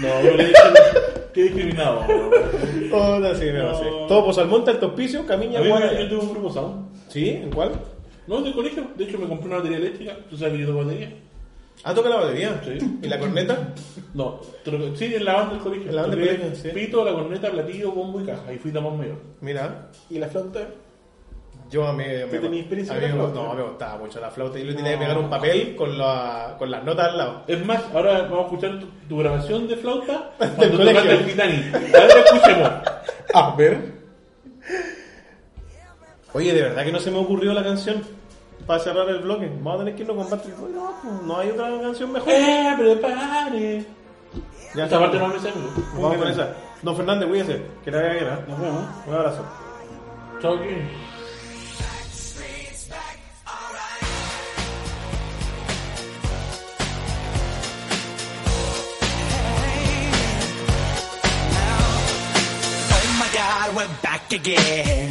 C: No, yo le dije, qué discriminado. A
B: Todo así, no,
C: No.
B: sí. Todo Posalmonte, el pisos, Camiña,
C: mí
B: Guara.
C: me- yo tuve un grupo sound.
B: ¿Sí? ¿En cuál?
C: No, del colegio. De hecho, me compré una batería eléctrica. ¿Tú sabes que yo toco batería?
B: Ah, toca la batería.
C: Sí.
B: ¿Y la corneta?
C: No, tro- sí, en la banda del colegio.
B: En la banda del
C: Toqué
B: colegio, sí.
C: Pito, la corneta, platillo, bombo y caja. Ahí fui tamón mayor.
B: Mira.
A: ¿Y la flauta?
B: Yo a mí, a mí,
A: ¿Tú tenías experiencia
B: a mí
A: con la
B: me-
A: flauta?
B: No, me gustaba mucho la flauta. Yo le tenía que pegar un papel con, la, con las notas al lado.
C: Es más, ahora vamos a escuchar tu, tu grabación de flauta
B: Del
C: cuando
B: colegio.
C: tocaste el Titanic. A ver, escuchemos.
B: A ver. Oye, de verdad que no se me ocurrió la canción para cerrar el bloque. Vamos a tener que irnos con Patrick. Boy, No, pues, no hay otra canción mejor.
C: ¡Eh, prepare!
B: Ya
C: Esta
B: está.
C: parte no me sé, amigo.
B: Vamos con esa. Don Fernández, cuídese. Que te vaya bien. ¿eh?
A: Nos vemos.
B: Un abrazo.
C: Chao, ¿qué?
F: Oh my God, we're back again.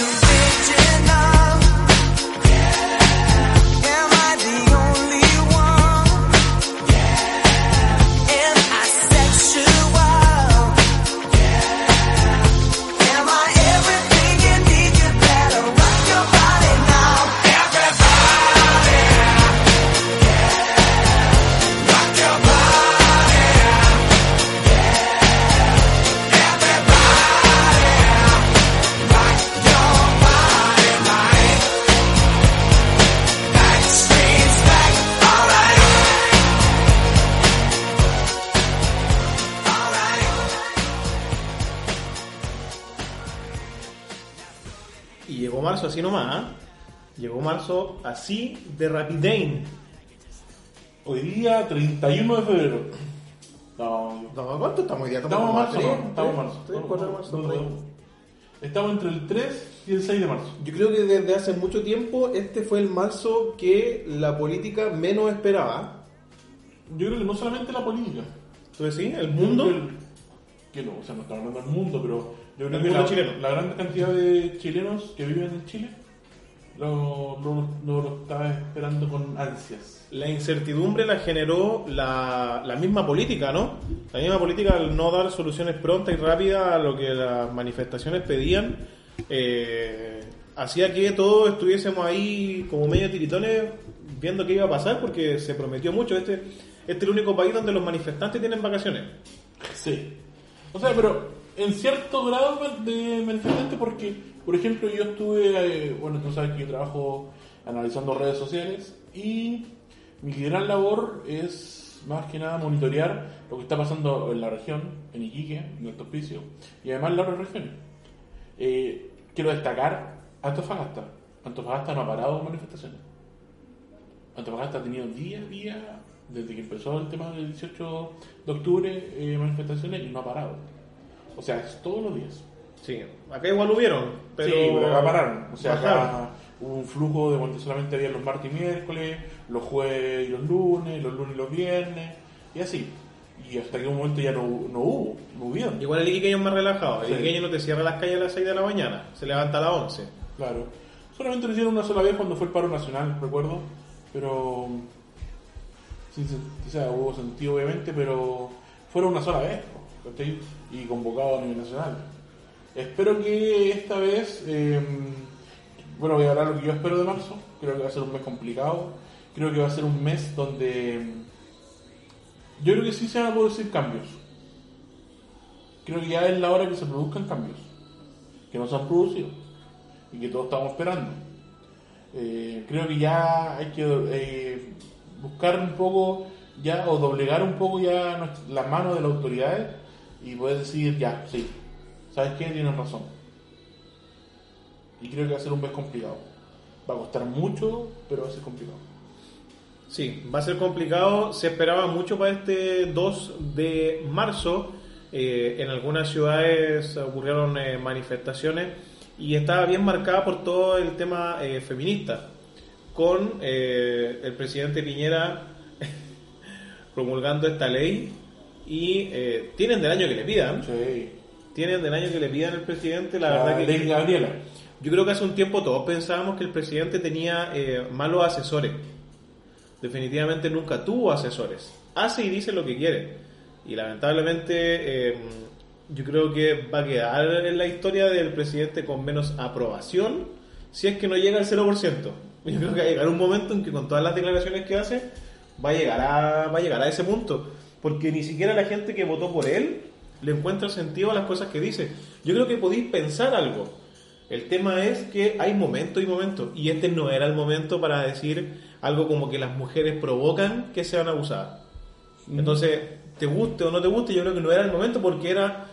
F: original? Am I the only one? Am I sexual? Am I everything you need? You better rock your body now. Everybody, rock your body. Everybody, rock your body like Backstreet's back, alright, alright.
B: Y llegó marzo así nomás. ¿eh? Llegó marzo así de Rapidane.
C: Hoy día 31 de febrero. No,
B: No, ¿Cuánto estamos hoy día?
C: estamos en
B: como a
C: marzo,
B: tres,
C: ¿no? Estamos en
B: tres,
C: marzo.
B: tres, cuatro de marzo,
C: No,
B: por ahí.
C: no. Estamos entre el 3 y el 6 de marzo.
B: Yo creo que desde hace mucho tiempo este fue el marzo que la política menos esperaba.
C: Yo creo que no solamente la política.
B: ¿Tú decís? ¿El
C: Yo
B: mundo?
C: creo Que que no, o sea, no estamos hablando del mundo, pero yo creo
B: El
C: que
B: mundo
C: la,
B: chileno.
C: la gran cantidad de chilenos que viven en Chile lo, lo, lo- lo estaba esperando con ansias.
B: La incertidumbre la generó la, la misma política, ¿no? La misma política al no dar soluciones prontas y rápidas a lo que las manifestaciones pedían, eh, hacía que todos estuviésemos ahí como medio tiritones viendo qué iba a pasar porque se prometió mucho. Este, este es el único país donde los manifestantes tienen vacaciones.
C: Sí. O sea, pero en cierto grado de manifestante porque, por ejemplo, yo estuve, eh, bueno, tú sabes que yo trabajo analizando redes sociales y mi gran labor es más que nada monitorear lo que está pasando en la región, en Iquique, en el Hospicio y además en las otras regiones. Eh, quiero destacar Antofagasta. Antofagasta no ha parado con manifestaciones. Antofagasta ha tenido día a día, desde que empezó el tema del 18 de octubre, eh, manifestaciones y no ha parado. O sea, es todos los días.
B: Sí, acá igual hubieron, pero,
C: sí, pero acá pararon. O sea,
B: bajaron.
C: acá hubo un flujo de cuando solamente había los martes y miércoles, los jueves y los lunes, los lunes y los viernes, y así. Y hasta que un momento ya no, no hubo, no hubieron.
B: Igual el iquiqueño es más relajado. El
C: Sí.
B: iquiqueño no te cierra las calles a las 6 de la mañana, se levanta a las 11.
C: Claro. Solamente lo hicieron una sola vez cuando fue el paro nacional, recuerdo. Pero. Sin, sen- o sea, hubo sentido, obviamente, pero fueron una sola vez. ¿no? ¿Cachai? Y convocado a nivel nacional. Espero que esta vez. eh, bueno, voy a hablar lo que yo espero de marzo. Creo que va a ser un mes complicado. Creo que va a ser un mes em, donde. Yo creo que sí se van a producir cambios. creo que ya es la hora que se produzcan cambios, que no se han producido y que todos estamos esperando. Eh, creo que ya hay que eh, buscar un poco ya o doblegar un poco ya nuestra- las manos de las autoridades y poder decir ya, sí, ¿sabes qué? Tienen razón. Y creo que va a ser un mes complicado. Va a costar mucho, pero va a ser complicado.
B: Sí, va a ser complicado. Se esperaba mucho para este 2 de marzo. Eh, en algunas ciudades ocurrieron eh, manifestaciones y estaba bien marcada por todo el tema eh, feminista, con eh, el presidente Piñera promulgando esta ley y eh, tienen del año que le pidan,
C: Sí.
B: tienen del año que le pidan el presidente, la,
C: La,
B: verdad que...
C: ley Gabriela.
B: Yo creo que hace un tiempo todos pensábamos que el presidente tenía eh, malos asesores. Definitivamente nunca tuvo asesores. Hace y dice lo que quiere. Y lamentablemente eh, yo creo que va a quedar en la historia del presidente con menos aprobación si es que no llega al 0%. Yo creo que va a llegar un momento en que con todas las declaraciones que hace va a llegar a, va a, llegar a ese punto. Porque ni siquiera la gente que votó por él le encuentra sentido a las cosas que dice. Yo creo que podéis pensar algo. El tema es que hay momentos y momentos, y este no era el momento para decir algo como que las mujeres provocan que sean abusadas. Entonces, te guste o no te guste, yo creo que no era el momento porque era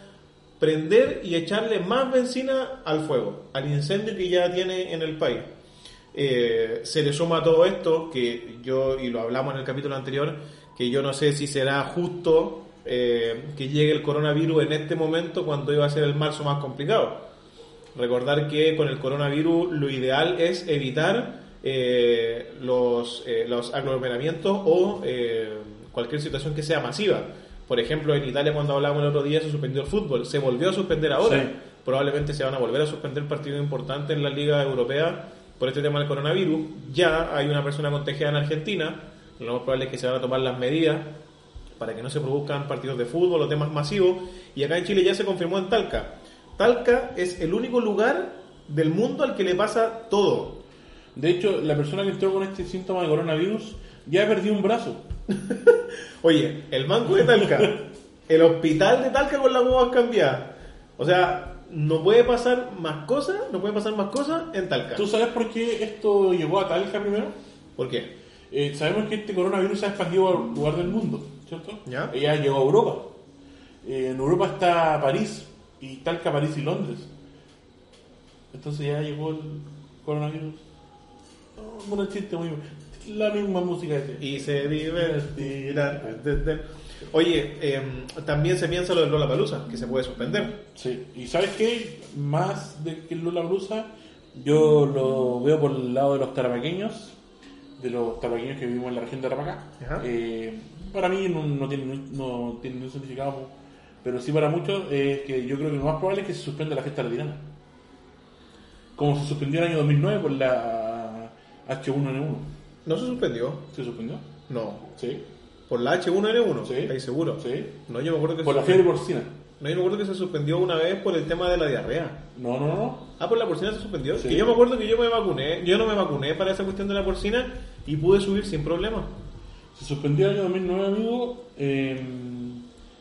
B: prender y echarle más benzina al fuego, al incendio que ya tiene en el país. Eh, se le suma a todo esto, que yo, y lo hablamos en el capítulo anterior, que yo no sé si será justo eh, que llegue el coronavirus en este momento cuando iba a ser el marzo más complicado. Recordar que con el coronavirus lo ideal es evitar eh, los, eh, los aglomeramientos o eh, cualquier situación que sea masiva. Por ejemplo, en Italia cuando hablábamos el otro día se suspendió el fútbol, se volvió a suspender ahora.
C: Sí.
B: Probablemente se van a volver a suspender partidos importantes en la Liga Europea por este tema del coronavirus. Ya hay una persona contagiada en Argentina, lo más probable es que se van a tomar las medidas para que no se produzcan partidos de fútbol o temas masivos. Y acá en Chile ya se confirmó en Talca. Talca es el único lugar del mundo al que le pasa todo.
C: De hecho, la persona que entró con este síntoma de coronavirus ya perdió un brazo.
B: Oye, el banco de Talca, el hospital de Talca con la huevas cambiada. O sea, no puede pasar más cosas, no puede pasar más cosas en Talca.
C: ¿Tú sabes por qué esto llegó a Talca primero?
B: ¿Por qué?
C: Eh, sabemos que este coronavirus se ha expandido a lugar del mundo, ¿cierto?
B: Ya.
C: Ella llegó a Europa. Eh, en Europa está París, y Talca, París y Londres. Entonces ya llegó el coronavirus. Oh, bueno, el chiste muy La misma música de este.
B: Y se divertirán. Oye, em, también se piensa lo de Lola Palusa, que se puede suspender.
C: Sí. ¿Y sabes qué? Más de que Lola Brusa, yo lo veo por el lado de los tarapaqueños, de los tarapaqueños que vivimos en la región de Tarapacá.
B: Ajá.
C: Eh, para mí no, no tiene, ni- no tiene ningún significado, pero sí para muchos es que yo creo que lo más probable es que se suspenda la fiesta latina. Como se suspendió el año 2009 por la H1N1.
B: ¿No se suspendió?
C: ¿Se suspendió?
B: No.
C: Sí.
B: ¿Por la H1N1?
C: Sí.
B: ¿Estáis seguro?
C: Sí.
B: No, yo me acuerdo que
C: Por la
B: se-
C: fiebre porcina.
B: No, yo me acuerdo que se suspendió una vez por el tema de la diarrea.
C: No, no, no.
B: Ah, por la porcina se suspendió.
C: Sí.
B: Que yo me acuerdo que yo me vacuné, yo no me vacuné para esa cuestión de la porcina y pude subir sin problema.
C: Se suspendió el año 2009, amigo. Eh,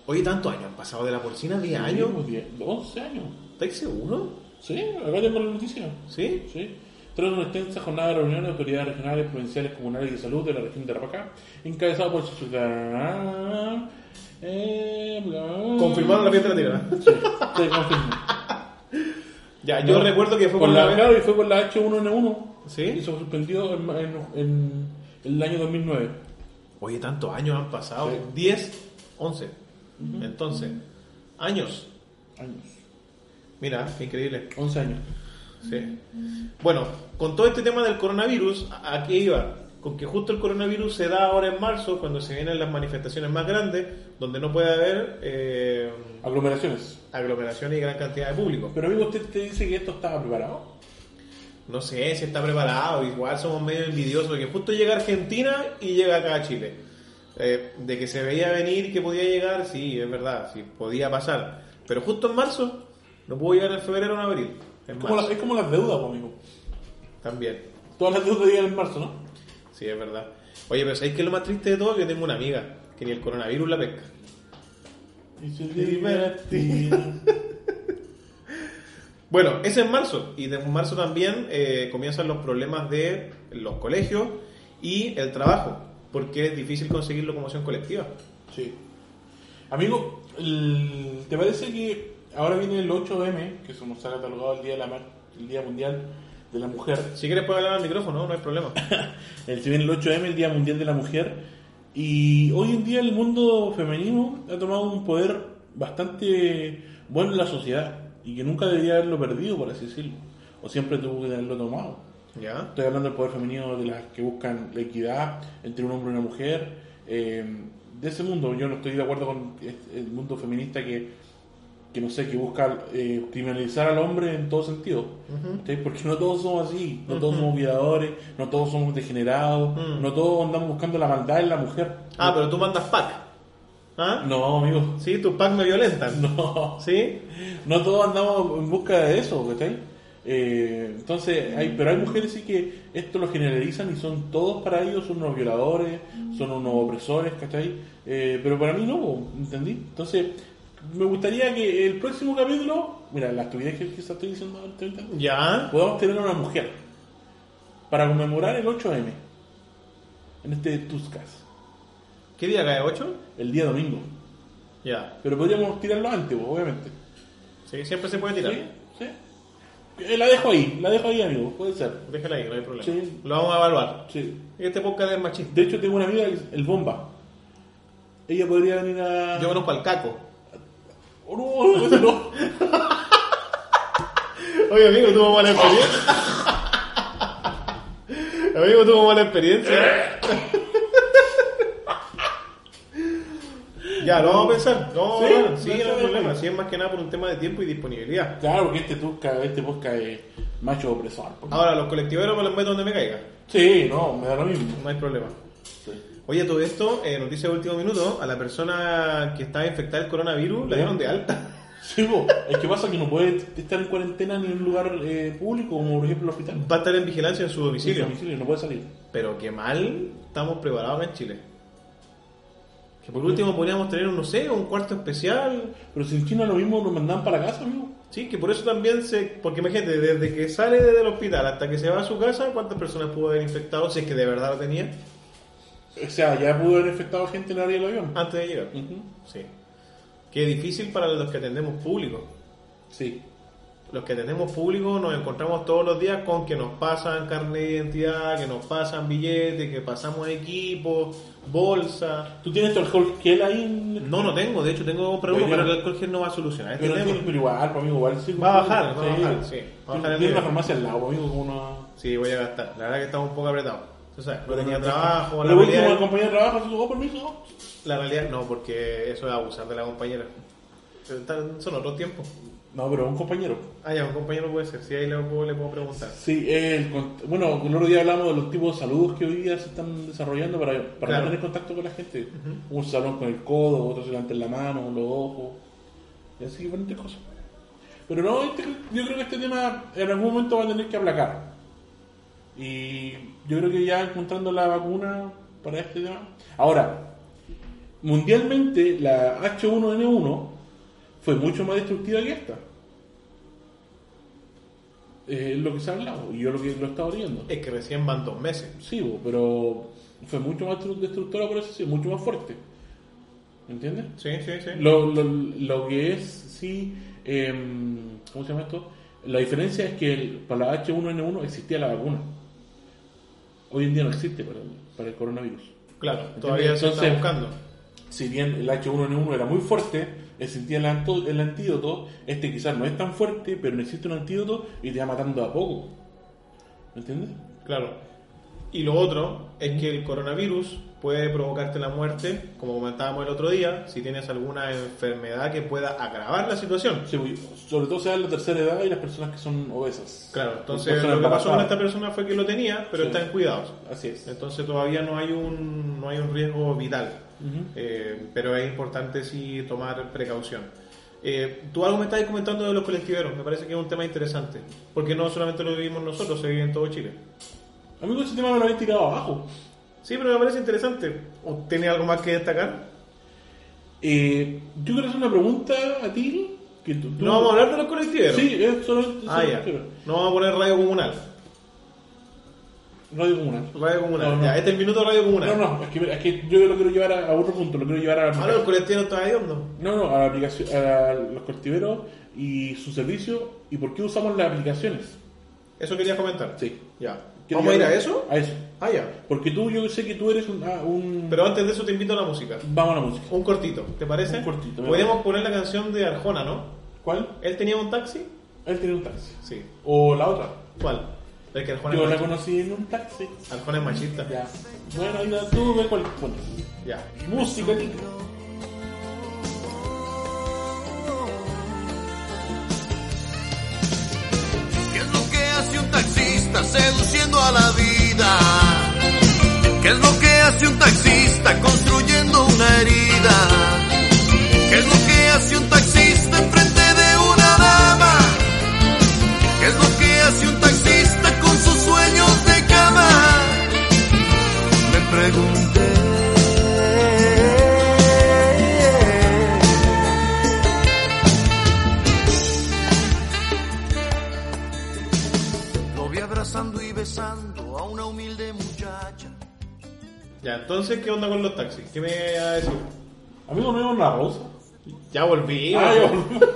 B: Oye, tantos años han pasado de la porcina, 10 años.
C: tuvimos 10, 11 años.
B: ¿Estáis seguros?
C: Sí, acá tengo la noticia.
B: ¿Sí?
C: Sí. Tras una extensa jornada de reunión de autoridades regionales, provinciales, comunales y de salud de la región de Arapacá, encabezado por su ciudadana- eh, bla-
B: Confirmaron la fiesta latina.
C: Sí, se confirmó.
B: ya, Ah, yo
C: No,
B: recuerdo que fue por
C: con la,
B: una vez.
C: claro, y fue con la H1N1.
B: Sí.
C: Y se suspendió en, en- en el año 2009.
B: Oye, tantos años han pasado.
C: Sí.
B: 10, 11. Entonces, años.
C: Años.
B: Mira, qué increíble.
C: 11 años.
B: Sí. Bueno, con todo este tema del coronavirus, ¿a a qué iba? Con que justo el coronavirus se da ahora en marzo, cuando se vienen las manifestaciones más grandes, donde no puede haber eh,
C: Aglomeraciones.
B: aglomeraciones y gran cantidad de público.
C: Pero amigo, usted te dice que esto estaba preparado.
B: No sé si está preparado, igual somos medio envidiosos, porque justo llega a Argentina y llega acá a Chile. Eh, de que se veía venir, que podía llegar, sí, es verdad, sí, podía pasar. Pero justo en marzo, no pudo llegar en febrero o en abril. En
C: Es como, la-
B: marzo,
C: es como las deudas, pues, amigo.
B: también.
C: Todas las deudas llegan en marzo, ¿no?
B: Sí, es verdad. Oye, pero ¿sabéis qué es lo más triste de todo? Que tengo una amiga que ni el coronavirus la pesca.
C: Y se divertirá.
B: Bueno, es en marzo y de marzo también eh, comienzan los problemas de los colegios y el trabajo, porque es difícil conseguir locomoción colectiva.
C: Sí. Amigo, el- ¿te parece que ahora viene el 8M, que somos ha catalogado el Día, de la, Mar- el día Mundial de la Mujer?
B: Si quieres puedes hablar al micrófono, no hay problema.
C: El, se viene el 8M, el Día Mundial de la Mujer. Y hoy en día el mundo femenino ha tomado un poder bastante bueno en la sociedad y que nunca debería haberlo perdido, por así decirlo. O siempre tuvo que haberlo tomado.
B: ¿Ya?
C: Estoy hablando del poder femenino de las que buscan la equidad entre un hombre y una mujer. eh, de ese mundo, yo no estoy de acuerdo con es- el mundo feminista que, que no sé, que busca eh, criminalizar al hombre en todo sentido. ¿Cachai? Porque no todos somos así, no todos somos violadores, no todos somos degenerados,
B: Mm.
C: no todos andamos buscando la maldad en la mujer.
B: Ah, pero tú mandas pack. ¿Ah?
C: No, amigo,
B: Sí, tus pack me violentan.
C: no.
B: ¿Sí?
C: no todos andamos en busca de eso, ¿cachai? Eh, entonces, hay, pero hay mujeres sí que esto lo generalizan y son todos para ellos unos violadores, son unos opresores, ¿cachai? Eh, pero para mí no, ¿entendí? Entonces, me gustaría que el próximo capítulo, mira, la estupidez que quizás estoy diciendo ahorita,
B: ¿Ya?
C: podamos tener a una mujer para conmemorar el 8M en este Tuscas,
B: ¿Qué día cae? ¿8?
C: el día domingo.
B: Ya.
C: Pero podríamos tirarlo antes, obviamente.
B: Sí, siempre se puede tirar.
C: Sí, sí. Eh, La dejo ahí, la dejo ahí, amigo, puede ser.
B: Déjala ahí, no hay problema.
C: Sí.
B: Lo vamos a evaluar.
C: Sí.
B: Este podcast es machista.
C: De hecho, tengo una amiga, que es el Bomba. Ella podría venir a.
B: Yo conozco al caco.
C: Oh, no, no, ese no.
B: Oye, amigo, tuvo mala experiencia. amigo, tuvo mala experiencia. ya, lo vamos a pensar. No,
C: Sí,
B: bueno, sí, no,
C: no hay
B: hay
C: problema.
B: problema. Sí, es más que nada por un tema de tiempo y disponibilidad.
C: Claro, porque este busca este busca es macho opresor. porque-
B: Ahora, los colectiveros me los meto donde me caiga.
C: Sí, no, me da lo mismo.
B: No hay problema. Oye, todo esto, eh, noticia de último minuto, a la persona que estaba infectada del coronavirus la dieron de alta.
C: Sí, po, es que pasa que no puede estar en cuarentena ni en un lugar eh, público, como por ejemplo el hospital.
B: Va a estar en vigilancia en su
C: En
B: domicilio.
C: domicilio, no puede salir.
B: Pero qué mal estamos preparados acá en Chile. Que por último podríamos tener, no sé, un cuarto especial.
C: Pero si en China lo mismo nos mandan para casa, amigo.
B: Sí, que por eso también se... Porque imagínate, desde que sale del hospital hasta que se va a su casa, ¿cuántas personas pudo haber infectado si es que de verdad la tenía
C: O sea, ya pudo haber infectado gente en el área del avión.
B: antes de llegar?
C: Ujú.
B: Sí. Qué difícil para los que atendemos público.
C: Sí.
B: Los que atendemos público nos encontramos todos los días con que nos pasan carne de identidad, que nos pasan billetes, que pasamos equipo, bolsa.
C: ¿Tú tienes tu alcohol gel ahí en
B: No, no tengo, de hecho tengo que comprar uno,
C: Debería-
B: pero el alcohol gel no va a solucionar este
C: Pero, no
B: tema.
C: tiene- pero igual, pues, amigo, igual sí.
B: Va a bajar, va a bajar, sí. Va a bajar el
C: Tiene una
B: nivel.
C: farmacia al lado, amigo, como una...
B: Sí, voy a gastar. La verdad que estamos un poco apretados. Tú sabes, no tenía
C: Pero
B: trabajo, la
C: la última
B: realidad,
C: compañía de trabajo, ¿sí? ¿Tuvo permiso?
B: la realidad no, porque eso es abusar de la compañera. Pero están- Son otros tiempos.
C: No, pero un compañero.
B: Ah, ya, un compañero puede ser, si ahí le puedo, le puedo preguntar.
C: Sí, el, con- bueno, el otro día hablamos de los tipos de saludos que hoy día se están desarrollando para, para
B: Claro.
C: no tener contacto con la gente. Un salón con el codo, otro se levanta en la mano, los ojos, y así diferentes cosas. Pero no, este- yo creo que este tema en algún momento va a tener que aplacar. Y yo creo que ya encontrando la vacuna para este tema. Ahora, mundialmente la H1N1 fue mucho más destructiva que esta. Eh, Es lo que se ha hablado, y yo lo que lo he estado viendo.
B: Es que recién van dos meses.
C: Sí, bo, pero fue mucho más destru- destructora por eso, sí, mucho más fuerte. ¿Me entiendes?
B: Sí, sí, sí.
C: Lo, lo- lo que es, sí, em, ¿cómo se llama esto? La diferencia es que el- para la H1N1 existía la vacuna. Hoy en día no existe para el, para el coronavirus.
B: Claro, todavía se está
C: Entonces-
B: buscando.
C: Si bien el H1N1 era muy fuerte, existía el, anto- el antídoto, este quizás no es tan fuerte, pero no existe un antídoto y te va matando a poco. ¿Me entiendes?
B: Claro. Y lo otro es que el coronavirus puede provocarte la muerte, como comentábamos el otro día, si tienes alguna enfermedad que pueda agravar la situación.
C: Sí, pues, sobre todo se da en la tercera edad y las personas que son obesas.
B: Claro, entonces
C: Personas
B: lo que pasó con esta
C: embarazadas.
B: persona fue que lo tenía, pero
C: Sí.
B: está en cuidados.
C: Así es.
B: Entonces todavía no hay un, no hay un riesgo vital,
C: Ujú.
B: Eh, pero es importante sí tomar precaución. Eh, tú algo me estabas comentando de los colectiveros, me parece que es un tema interesante, porque no solamente lo vivimos nosotros, se vive en todo Chile.
C: Amigo, ese tema me lo habéis tirado abajo.
B: Sí, pero me parece interesante. ¿O ¿Tiene algo más que destacar?
C: Eh, yo quiero hacer una pregunta a ti. Que tú, tú-
B: No vamos a hablar de los colectiveros.
C: Sí, es solo.
B: Ah,
C: solo-
B: ya. No vamos a poner radio comunal.
C: Radio Comunal.
B: Radio comunal.
C: No, no.
B: Ya, este es el minuto de radio comunal. Ah,
C: No, no, es que, mira, es que yo lo quiero llevar a, a otro punto, lo quiero llevar a la
B: Ahora los colectiveros todavía hondo.
C: No, no, a la aplicación, a los cultiveros y su servicio y por qué usamos las aplicaciones.
B: Eso quería comentar.
C: Sí.
B: Ya.
C: Quiero
B: ¿Vamos a ir a
C: llevar-
B: eso?
C: A eso.
B: Ah, ya.
C: Porque tú, yo sé que tú eres un... ah, un-
B: Pero antes de eso te invito a la música.
C: Vamos a la música.
B: Un cortito, ¿te parece?
C: Un cortito, me
B: Podríamos poner la canción de Arjona, ¿no?
C: ¿Cuál?
B: ¿Él tenía un taxi?
C: Él tiene un taxi.
B: Sí.
C: O la otra.
B: ¿Cuál? El que Arjona,
C: Yo
B: es,
C: la
B: machista.
C: conocí en un taxi.
B: Arjona es machista.
C: Ya. Bueno, ahí la tuve. ¿Cuál? Bueno.
B: Ya.
C: Música, Nico.
G: ¿Qué es lo que hace un taxista seduciendo a la vida? ¿Qué es lo que hace un taxista construyendo una herida? ¿Qué es lo que hace un taxista enfrente de una dama? ¿Qué es lo que hace un taxista con sus sueños de cama? Me pregunté. Lo vi abrazando y besando a una humilde muchacha.
B: Ya, entonces, ¿qué onda con los taxis? ¿Qué me va a decir?
C: Amigo, ¿no vimos la rosa?
B: Ya volví.
C: Ah,
B: ya
C: ya
B: volví.
C: volvió.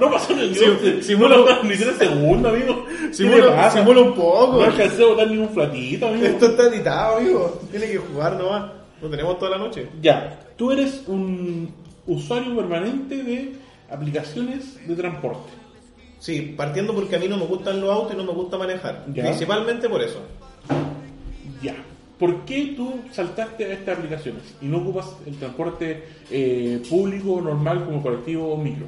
C: No pasó ni
B: Si-
C: un
B: simula-
C: no, ni tres segundos, amigo. ¿Qué le
B: Simula,
C: pasa?
B: simula un poco.
C: No alcancé a botar ni un platito, amigo.
B: Esto está editado, amigo. Tiene que jugar nomás. Lo tenemos toda la noche.
C: Ya, tú eres un usuario permanente de aplicaciones de transporte.
B: Sí, partiendo porque a mí no me gustan los autos y no me gusta manejar.
C: Ya.
B: Principalmente por eso.
C: Ya. ¿Por qué tú saltaste a estas aplicaciones y no ocupas el transporte eh, público, normal, como colectivo o micro?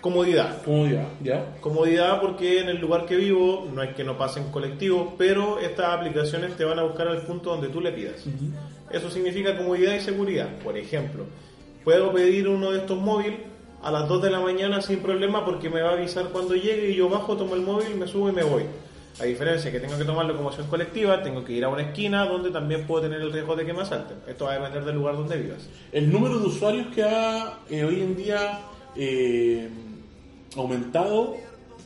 B: Comodidad.
C: Comodidad, ¿ya?
B: Comodidad porque en el lugar que vivo no es que no pasen colectivos, pero estas aplicaciones te van a buscar al punto donde tú le pidas. Eso significa comodidad y seguridad. Por ejemplo, puedo pedir uno de estos móviles a las 2 de la mañana sin problema porque me va a avisar cuando llegue y yo bajo, tomo el móvil, me subo y me voy. A diferencia que tengo que tomar locomoción colectiva, tengo que ir a una esquina donde también puedo tener el riesgo de que me asalten. Esto va a depender del lugar donde vivas.
C: El número de usuarios que ha eh, hoy en día eh, aumentado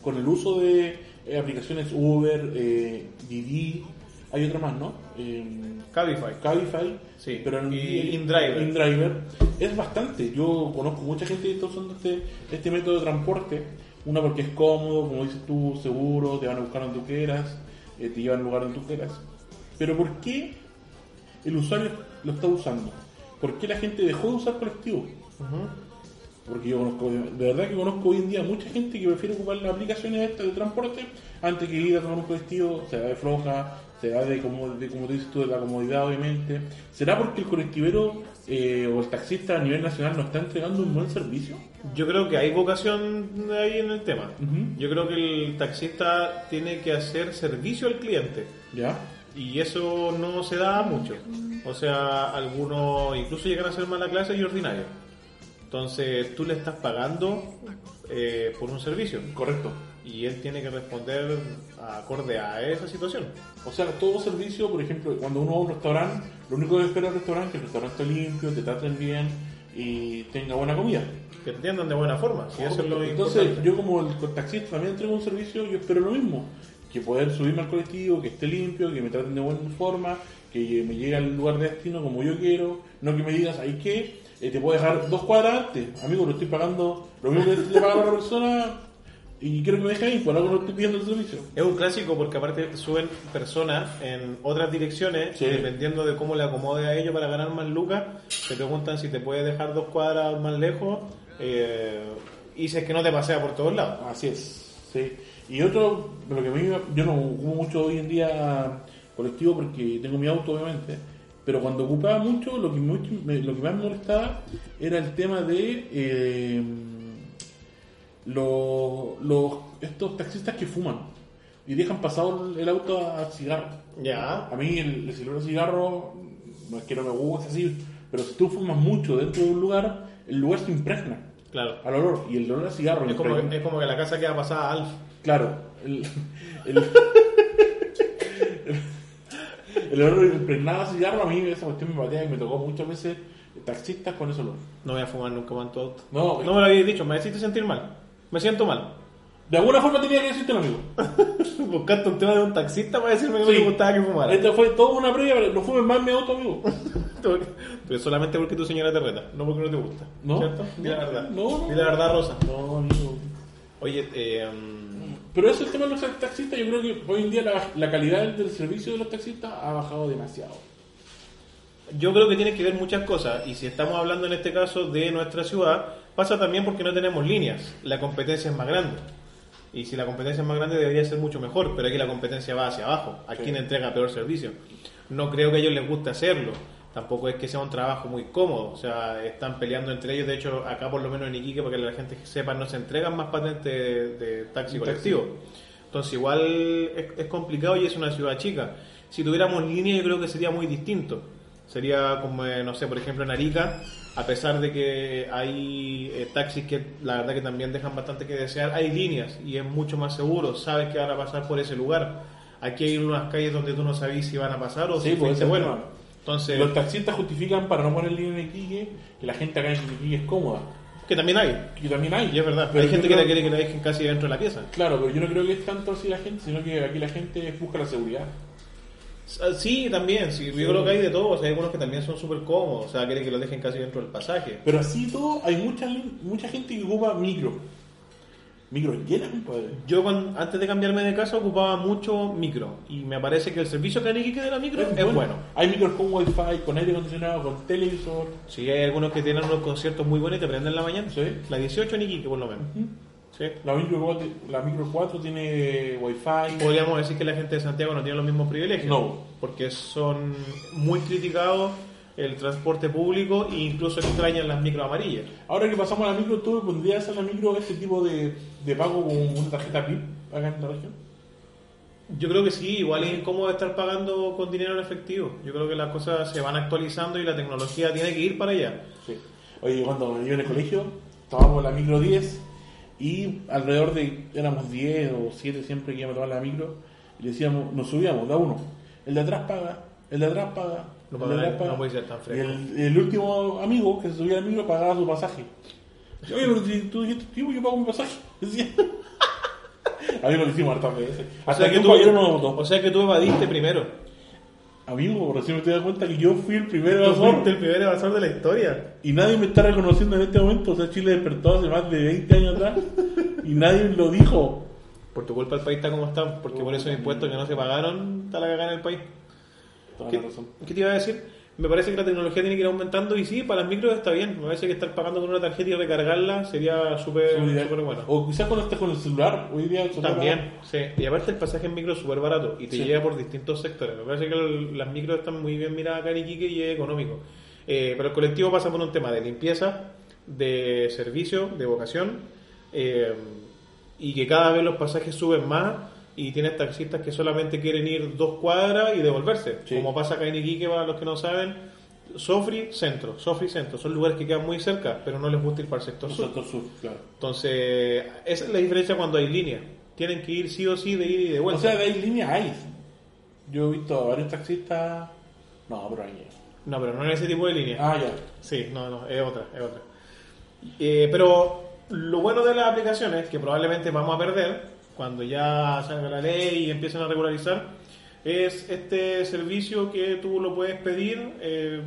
C: con el uso de eh, aplicaciones Uber, eh, Didi, hay otra más, ¿no? Eh,
B: Cabify.
C: Cabify,
B: Sí,
C: pero en-
B: y InDriver.
C: InDriver es bastante. Yo conozco mucha gente que está usando este, este método de transporte. Una porque es cómodo, como dices tú, seguro, te van a buscar donde tú quieras, eh, te llevan al lugar donde tú quieras. Pero ¿por qué el usuario lo está usando? ¿Por qué la gente dejó de usar colectivo? Porque yo conozco, de verdad que conozco hoy en día mucha gente que prefiere ocupar las aplicaciones estas de transporte antes que ir a tomar un colectivo, se da de floja, se da de, como, de como dices tú, de la comodidad obviamente. ¿Será porque el colectivero eh, o el taxista a nivel nacional nos está entregando un buen servicio?
B: Yo creo que hay vocación ahí en el tema. Yo creo que el taxista tiene que hacer servicio al cliente
C: ¿Ya?
B: y eso no se da mucho. O sea, algunos incluso llegan a ser mala clase y ordinario. Entonces tú le estás pagando eh, por un servicio
C: Correcto.
B: y él tiene que responder acorde a esa situación.
C: O sea, todo servicio, por ejemplo, cuando uno va a un restaurante, lo único que espera el restaurante es que el restaurante esté limpio, te traten bien y tenga buena comida.
B: Que te entiendan de buena forma. si eso es lo
C: Entonces,
B: importante.
C: yo como el taxista también entrego un servicio, yo espero lo mismo. Que poder subirme al colectivo, que esté limpio, que me traten de buena forma, que me llegue al lugar de destino como yo quiero. No que me digas, hay que, eh, te puedo dejar dos cuadras antes. Amigo, lo estoy pagando, lo mismo que le paga a la persona y quiero que me deje ahí, por algo no estoy pidiendo el servicio.
B: Es un clásico porque aparte suben personas en otras direcciones,
C: Sí.
B: y dependiendo de cómo le acomode a ellos para ganar más lucas, te preguntan si te puedes dejar dos cuadras más lejos eh, y si es que no te pasea por todos lados.
C: Así es, sí. Y otro, lo que a mí, me- yo no ocupo mucho hoy en día colectivo porque tengo mi auto, obviamente. Pero cuando ocupaba mucho, lo que, mucho me- lo que más me molestaba era el tema de eh, los, los- estos taxistas que fuman y dejan pasado el auto a cigarro.
B: Ya,
C: A mí el, el celular cigarro no es que no me guste así, pero si tú fumas mucho dentro de un lugar, el lugar se impregna
B: claro.
C: al olor y el olor a cigarro
B: Es como,
C: impregna-
B: es como que la casa queda pasada a Alf.
C: Claro, el, el, el olor impregnado a cigarro a mí esa cuestión me patea y me tocó muchas veces eh, Taxistas con ese olor.
B: No voy a fumar nunca más en tu auto.
C: No.
B: no me lo habías dicho, me hiciste sentir mal. Me siento mal.
C: De alguna forma tenía que decirte lo amigo.
B: Buscaste un tema de un taxista para decirme que no
C: Sí.
B: te gustaba que fumara.
C: Esta fue toda una previa, pero no fumes más mi auto, amigo.
B: Pero solamente porque tu señora te reta, no porque no te gusta.
C: No.
B: ¿Cierto? Di la
C: No,
B: verdad.
C: no, no.
B: Di la verdad, Rosa.
C: No, amigo.
B: Oye, eh, mm,
C: Pero eso es el tema de los taxistas. Yo creo que hoy en día la, la calidad del servicio de los taxistas ha bajado demasiado.
B: yo creo que tiene que ver muchas cosas. Y si estamos hablando en este caso de nuestra ciudad, pasa también porque no tenemos líneas. La competencia es más grande. Y si la competencia es más grande, debería ser mucho mejor. Pero aquí la competencia va hacia abajo. ¿A quién entrega peor servicio? No creo que a ellos les guste hacerlo. Tampoco es que sea un trabajo muy cómodo. O sea, están peleando entre ellos. De hecho, acá por lo menos en Iquique, para que la gente sepa, no se entregan más patentes de, de taxi colectivo. Entonces, igual es, es complicado y es una ciudad chica. Si tuviéramos líneas, yo creo que sería muy distinto. Sería como, eh, no sé, por ejemplo, en Arica, a pesar de que hay eh, taxis que la verdad que también dejan bastante que desear, hay líneas y es mucho más seguro, sabes que van a pasar por ese lugar. Aquí hay unas calles donde tú no sabes si van a pasar o
C: Sí,
B: si
C: pues,
B: fuiste
C: ese
B: bueno.
C: tema.
B: Entonces,
C: Los taxistas justifican para no poner línea en Iquique que la gente acá en Iquique es cómoda.
B: que también hay,
C: Y también hay.
B: y es verdad.
C: Pero
B: hay
C: yo
B: gente que
C: creo-
B: la quiere que la dejen casi dentro de la pieza.
C: Claro, pero yo no creo que es tanto así la gente, sino que aquí la gente busca la seguridad.
B: Ah, Sí, también, sí, yo creo que hay de todo, o sea, hay algunos que también son súper cómodos, o sea, quieren que los dejen casi dentro del pasaje.
C: Pero así y todo, hay mucha, lin- mucha gente que ocupa micro. Micro llena, compadre.
B: Yo cuan- antes de cambiarme de casa ocupaba mucho micro y me parece que el servicio que hay en Iquique de la micro es, bueno.
C: Hay micros con wifi, con aire acondicionado, con televisor.
B: Sí, hay algunos que tienen unos conciertos muy buenos y te prenden en la mañana.
C: Sí.
B: La 18 en Iquique por lo menos. Sí.
C: La micro, cuatro- la micro 4 tiene wifi.
B: Podríamos decir que la gente de Santiago no tiene los mismos privilegios.
C: No.
B: Porque son muy criticados el transporte público e incluso extrañan las micro amarillas.
C: Ahora que pasamos a la micro, ¿tú pondrías hacer la micro este tipo de, de pago con una tarjeta PIP acá en la región?
B: Yo creo que sí, igual es incómodo estar pagando con dinero en efectivo. Yo creo que las cosas se van actualizando y la tecnología tiene que ir para allá.
C: Sí. Oye, cuando yo en el colegio, tomábamos la micro 10 y alrededor de, éramos 10 o 7 siempre que íbamos a tomar la micro, y le decíamos, nos subíamos, da uno. El de atrás paga, el de atrás paga.
B: No
C: el
B: paga
C: de atrás
B: nadie, no puede ser tan fresco.
C: Y el, el último amigo que se subía a la micro pagaba su pasaje. Y, Oye, pero si tú dijiste, tío, yo pago mi pasaje. Decía. A mí me lo hicimos hartas veces.
B: O
C: Hasta
B: sea,
C: que
B: que
C: un
B: tú,
C: caballero no lo votó.
B: o sea que tú evadiste primero.
C: Amigo, recién me estoy dando cuenta que yo fui el primer
B: Tú
C: evasor.
B: fuiste el primer evasor de la historia.
C: Y nadie me está reconociendo en este momento. O sea, Chile despertó hace más de 20 años atrás y nadie lo dijo.
B: Por tu culpa el país está como está, porque por esos impuestos que no se pagaron, está la cagada en el país.
C: Toda
B: ¿Qué,
C: la razón.
B: qué te iba a decir? Me parece que la tecnología tiene que ir aumentando y sí, para las micros está bien. Me parece que estar pagando con una tarjeta y recargarla sería súper
C: Seguridad.
B: súper bueno.
C: O quizás cuando estés con el celular, hoy día el celular-
B: También, sí. Y aparte el pasaje en micro es súper barato y te llega por distintos sectores. Me parece que el- las micros están muy bien miradas acá en Iquique y es económico. Eh, pero el colectivo pasa por un tema de limpieza, de servicio, de vocación eh, y que cada vez los pasajes suben más y tienes taxistas que solamente quieren ir dos cuadras y devolverse.
C: Sí.
B: Como pasa acá en Iquique, para los que no saben, Sofri Centro, Sofri Centro, son lugares que quedan muy cerca, pero no les gusta ir para el sector
C: El
B: sur.
C: sector sur, claro.
B: Entonces, esa es la diferencia cuando hay línea. Tienen que ir sí o sí de ida y de
C: O
B: vuelta.
C: sea, de ahí línea hay. Yo he visto a varios taxistas. No, pero ahí.
B: no, pero no en ese tipo de línea.
C: Ah, ya.
B: Sí, no, no, es otra, es otra. Eh, pero lo bueno de las aplicaciones, que probablemente vamos a perder cuando ya salga la ley y empiecen a regularizar, es este servicio que tú lo puedes pedir eh,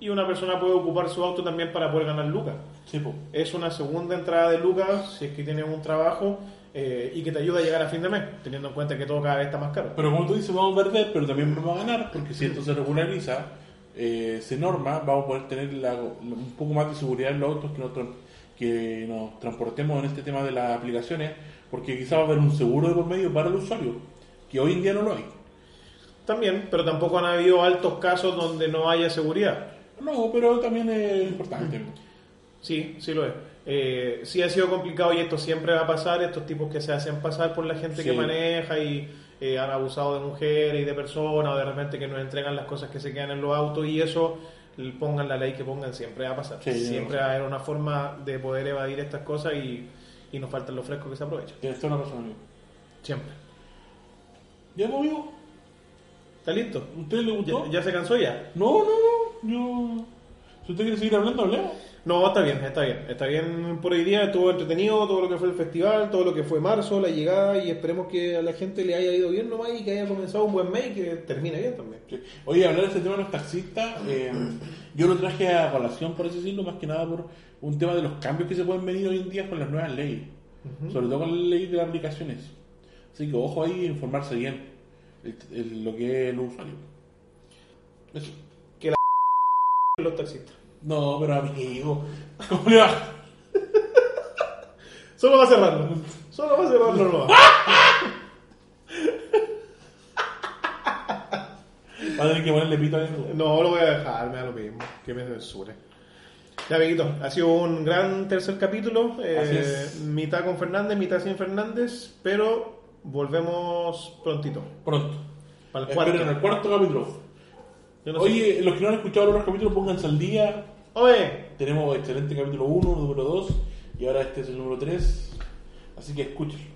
B: y una persona puede ocupar su auto también para poder ganar lucas.
C: Sí, po.
B: es una segunda entrada de lucas si es que tienes un trabajo eh, y que te ayuda a llegar a fin de mes, teniendo en cuenta que todo cada vez está más caro.
C: Pero como tú dices, vamos a perder, pero también vamos a ganar, porque si esto se regulariza, eh, se norma, vamos a poder tener la- un poco más de seguridad en los autos que nos, tran- que nos transportemos en este tema de las aplicaciones, porque quizá va a haber un seguro de por medio para el usuario, que hoy en día no lo hay.
B: También, pero tampoco han habido altos casos donde no haya seguridad.
C: No, pero también es importante.
B: Sí, sí lo es. Eh, sí ha sido complicado y esto siempre va a pasar, estos tipos que se hacen pasar por la gente que
C: Sí.
B: maneja y eh, han abusado de mujeres y de personas o de repente que nos entregan las cosas que se quedan en los autos y eso l- pongan la ley que pongan, siempre va a pasar.
C: Sí, tiene
B: siempre va a haber una forma de poder evadir estas cosas y, y nos faltan los frescos que se aprovechan.
C: Tienes toda la razón, amigo.
B: Siempre.
C: ¿Ya, pues, amigo?
B: ¿Está listo?
C: ¿Usted le
B: ¿Ya,
C: gustó?
B: ya se cansó ya?
C: No, no, no. Yo... Si usted quiere seguir hablando, hablemos.
B: No, está bien, está bien. Está bien por hoy día, estuvo entretenido, todo lo que fue el festival, todo lo que fue marzo, la llegada, y esperemos que a la gente le haya ido bien nomás y que haya comenzado un buen mes y que termine bien también.
C: Sí. Oye, hablar de este tema de los taxistas, eh, yo lo traje a colación, por así decirlo, más que nada por un tema de los cambios que se pueden venir hoy en día con las nuevas leyes, sobre todo con la ley de las aplicaciones. Así que ojo ahí, informarse bien el- el- lo que es el usuario. Eso.
B: Los taxistas.
C: No, pero amigo, ¿cómo le va?
B: Solo va a cerrarlo. Solo va a cerrarlo nomás.
C: Va a tener que ponerle pito a eso.
B: No, lo voy a dejar, me da lo mismo, que me censure. Ya, amiguito, ha sido un gran tercer capítulo. eh,
C: Así es.
B: Mitad con Fernández, mitad sin Fernández, pero volvemos prontito.
C: Pronto.
B: Para el
C: Esperen el
B: cuarto.
C: cuarto capítulo.
B: Yo no sé-
C: Oye, los que no han escuchado los otros capítulos, pónganse al día.
B: Oye,
C: Tenemos excelente capítulo 1, número 2 y ahora este es el número 3. Así que escúchenlo.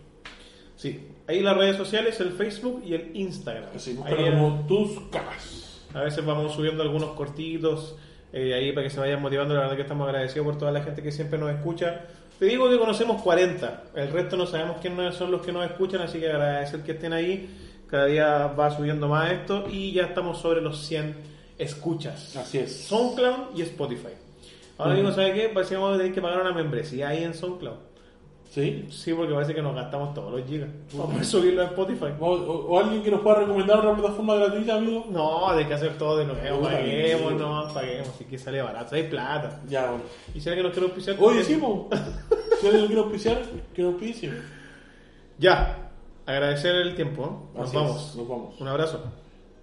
B: sí, ahí las redes sociales, el Facebook y el Instagram.
C: Así,
B: Ahí,
C: búscalo como tus capas.
B: a veces vamos subiendo algunos cortitos eh, ahí para que se vayan motivando. La verdad que estamos agradecidos por toda la gente que siempre nos escucha. Te digo que conocemos 40, el resto no sabemos quiénes son los que nos escuchan, así que agradecer que estén ahí. Cada día va subiendo más esto y ya estamos sobre los 100 escuchas.
C: Así es.
B: SoundCloud y Spotify. Ahora mismo, ¿sabe qué? Parece que vamos a tener que pagar una membresía ahí en SoundCloud.
C: ¿Sí?
B: Sí, porque parece que nos gastamos todos los gigas. Vamos a subirlo a Spotify.
C: O, o- o alguien que nos pueda recomendar una plataforma gratuita, amigo.
B: No, hay que hacer todo de nuevo.
C: Puta,
B: Paguemos,
C: sí.
B: no, paguemos. Si que sale barato, hay plata.
C: Ya, bueno.
B: ¿Y será que nos quiero auspiciar?
C: Oye, sí, po. Si alguien lo quiere auspiciar, que lo auspicie.
B: Ya, agradecer el tiempo. ¿eh? Nos
C: Así es,
B: vamos.
C: nos vamos.
B: Un abrazo.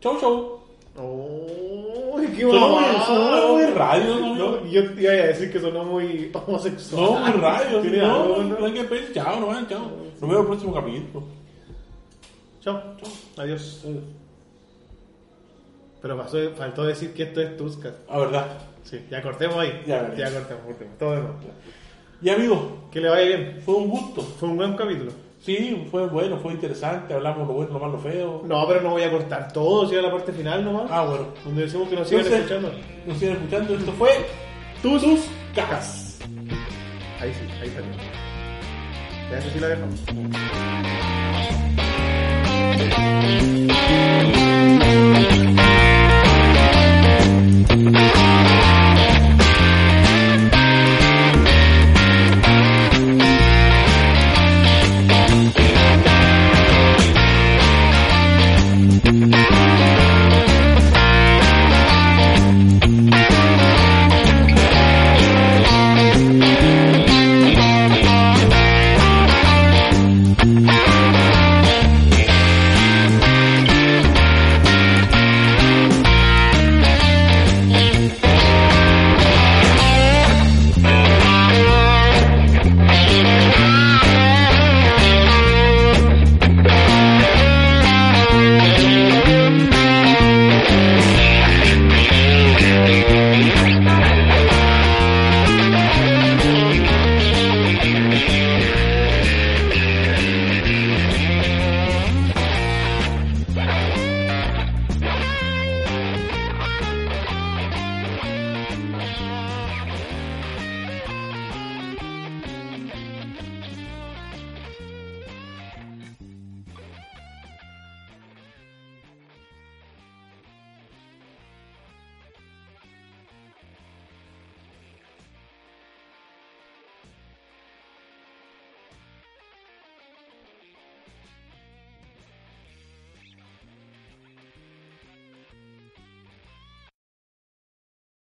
C: Chau, chau.
B: Uy, qué
C: Sonó
B: guay.
C: muy- sonó muy radio, ¿no, amigo?
B: No, yo te iba a decir que sonó muy homosexual.
C: No, muy raro.
B: Tiene
C: No,
B: algo,
C: no,
B: ¿no?
C: hay que pedir. Chao, no, van, chao. Nos vemos en el próximo capítulo.
B: Chao. Adiós. Pero pasó, faltó decir que esto es Tuscas.
C: Ah, verdad.
B: Sí, ya cortemos ahí.
C: Ya, vale.
B: cortemos, cortemos. Todo de nuevo.
C: Y amigo,
B: Que le vaya bien.
C: fue un gusto.
B: Fue un buen capítulo.
C: Sí, fue bueno, fue interesante. Hablamos lo bueno, lo malo, lo feo.
B: No, pero no voy a cortar todo, si a la parte final nomás.
C: Ah, bueno.
B: Donde decimos que nos sigan
C: Entonces-
B: escuchando.
C: Nos siguen escuchando. Esto fue
B: Tus, tus
C: Cacas.
B: Ahí sí, ahí salió. Ya eso sí la dejamos.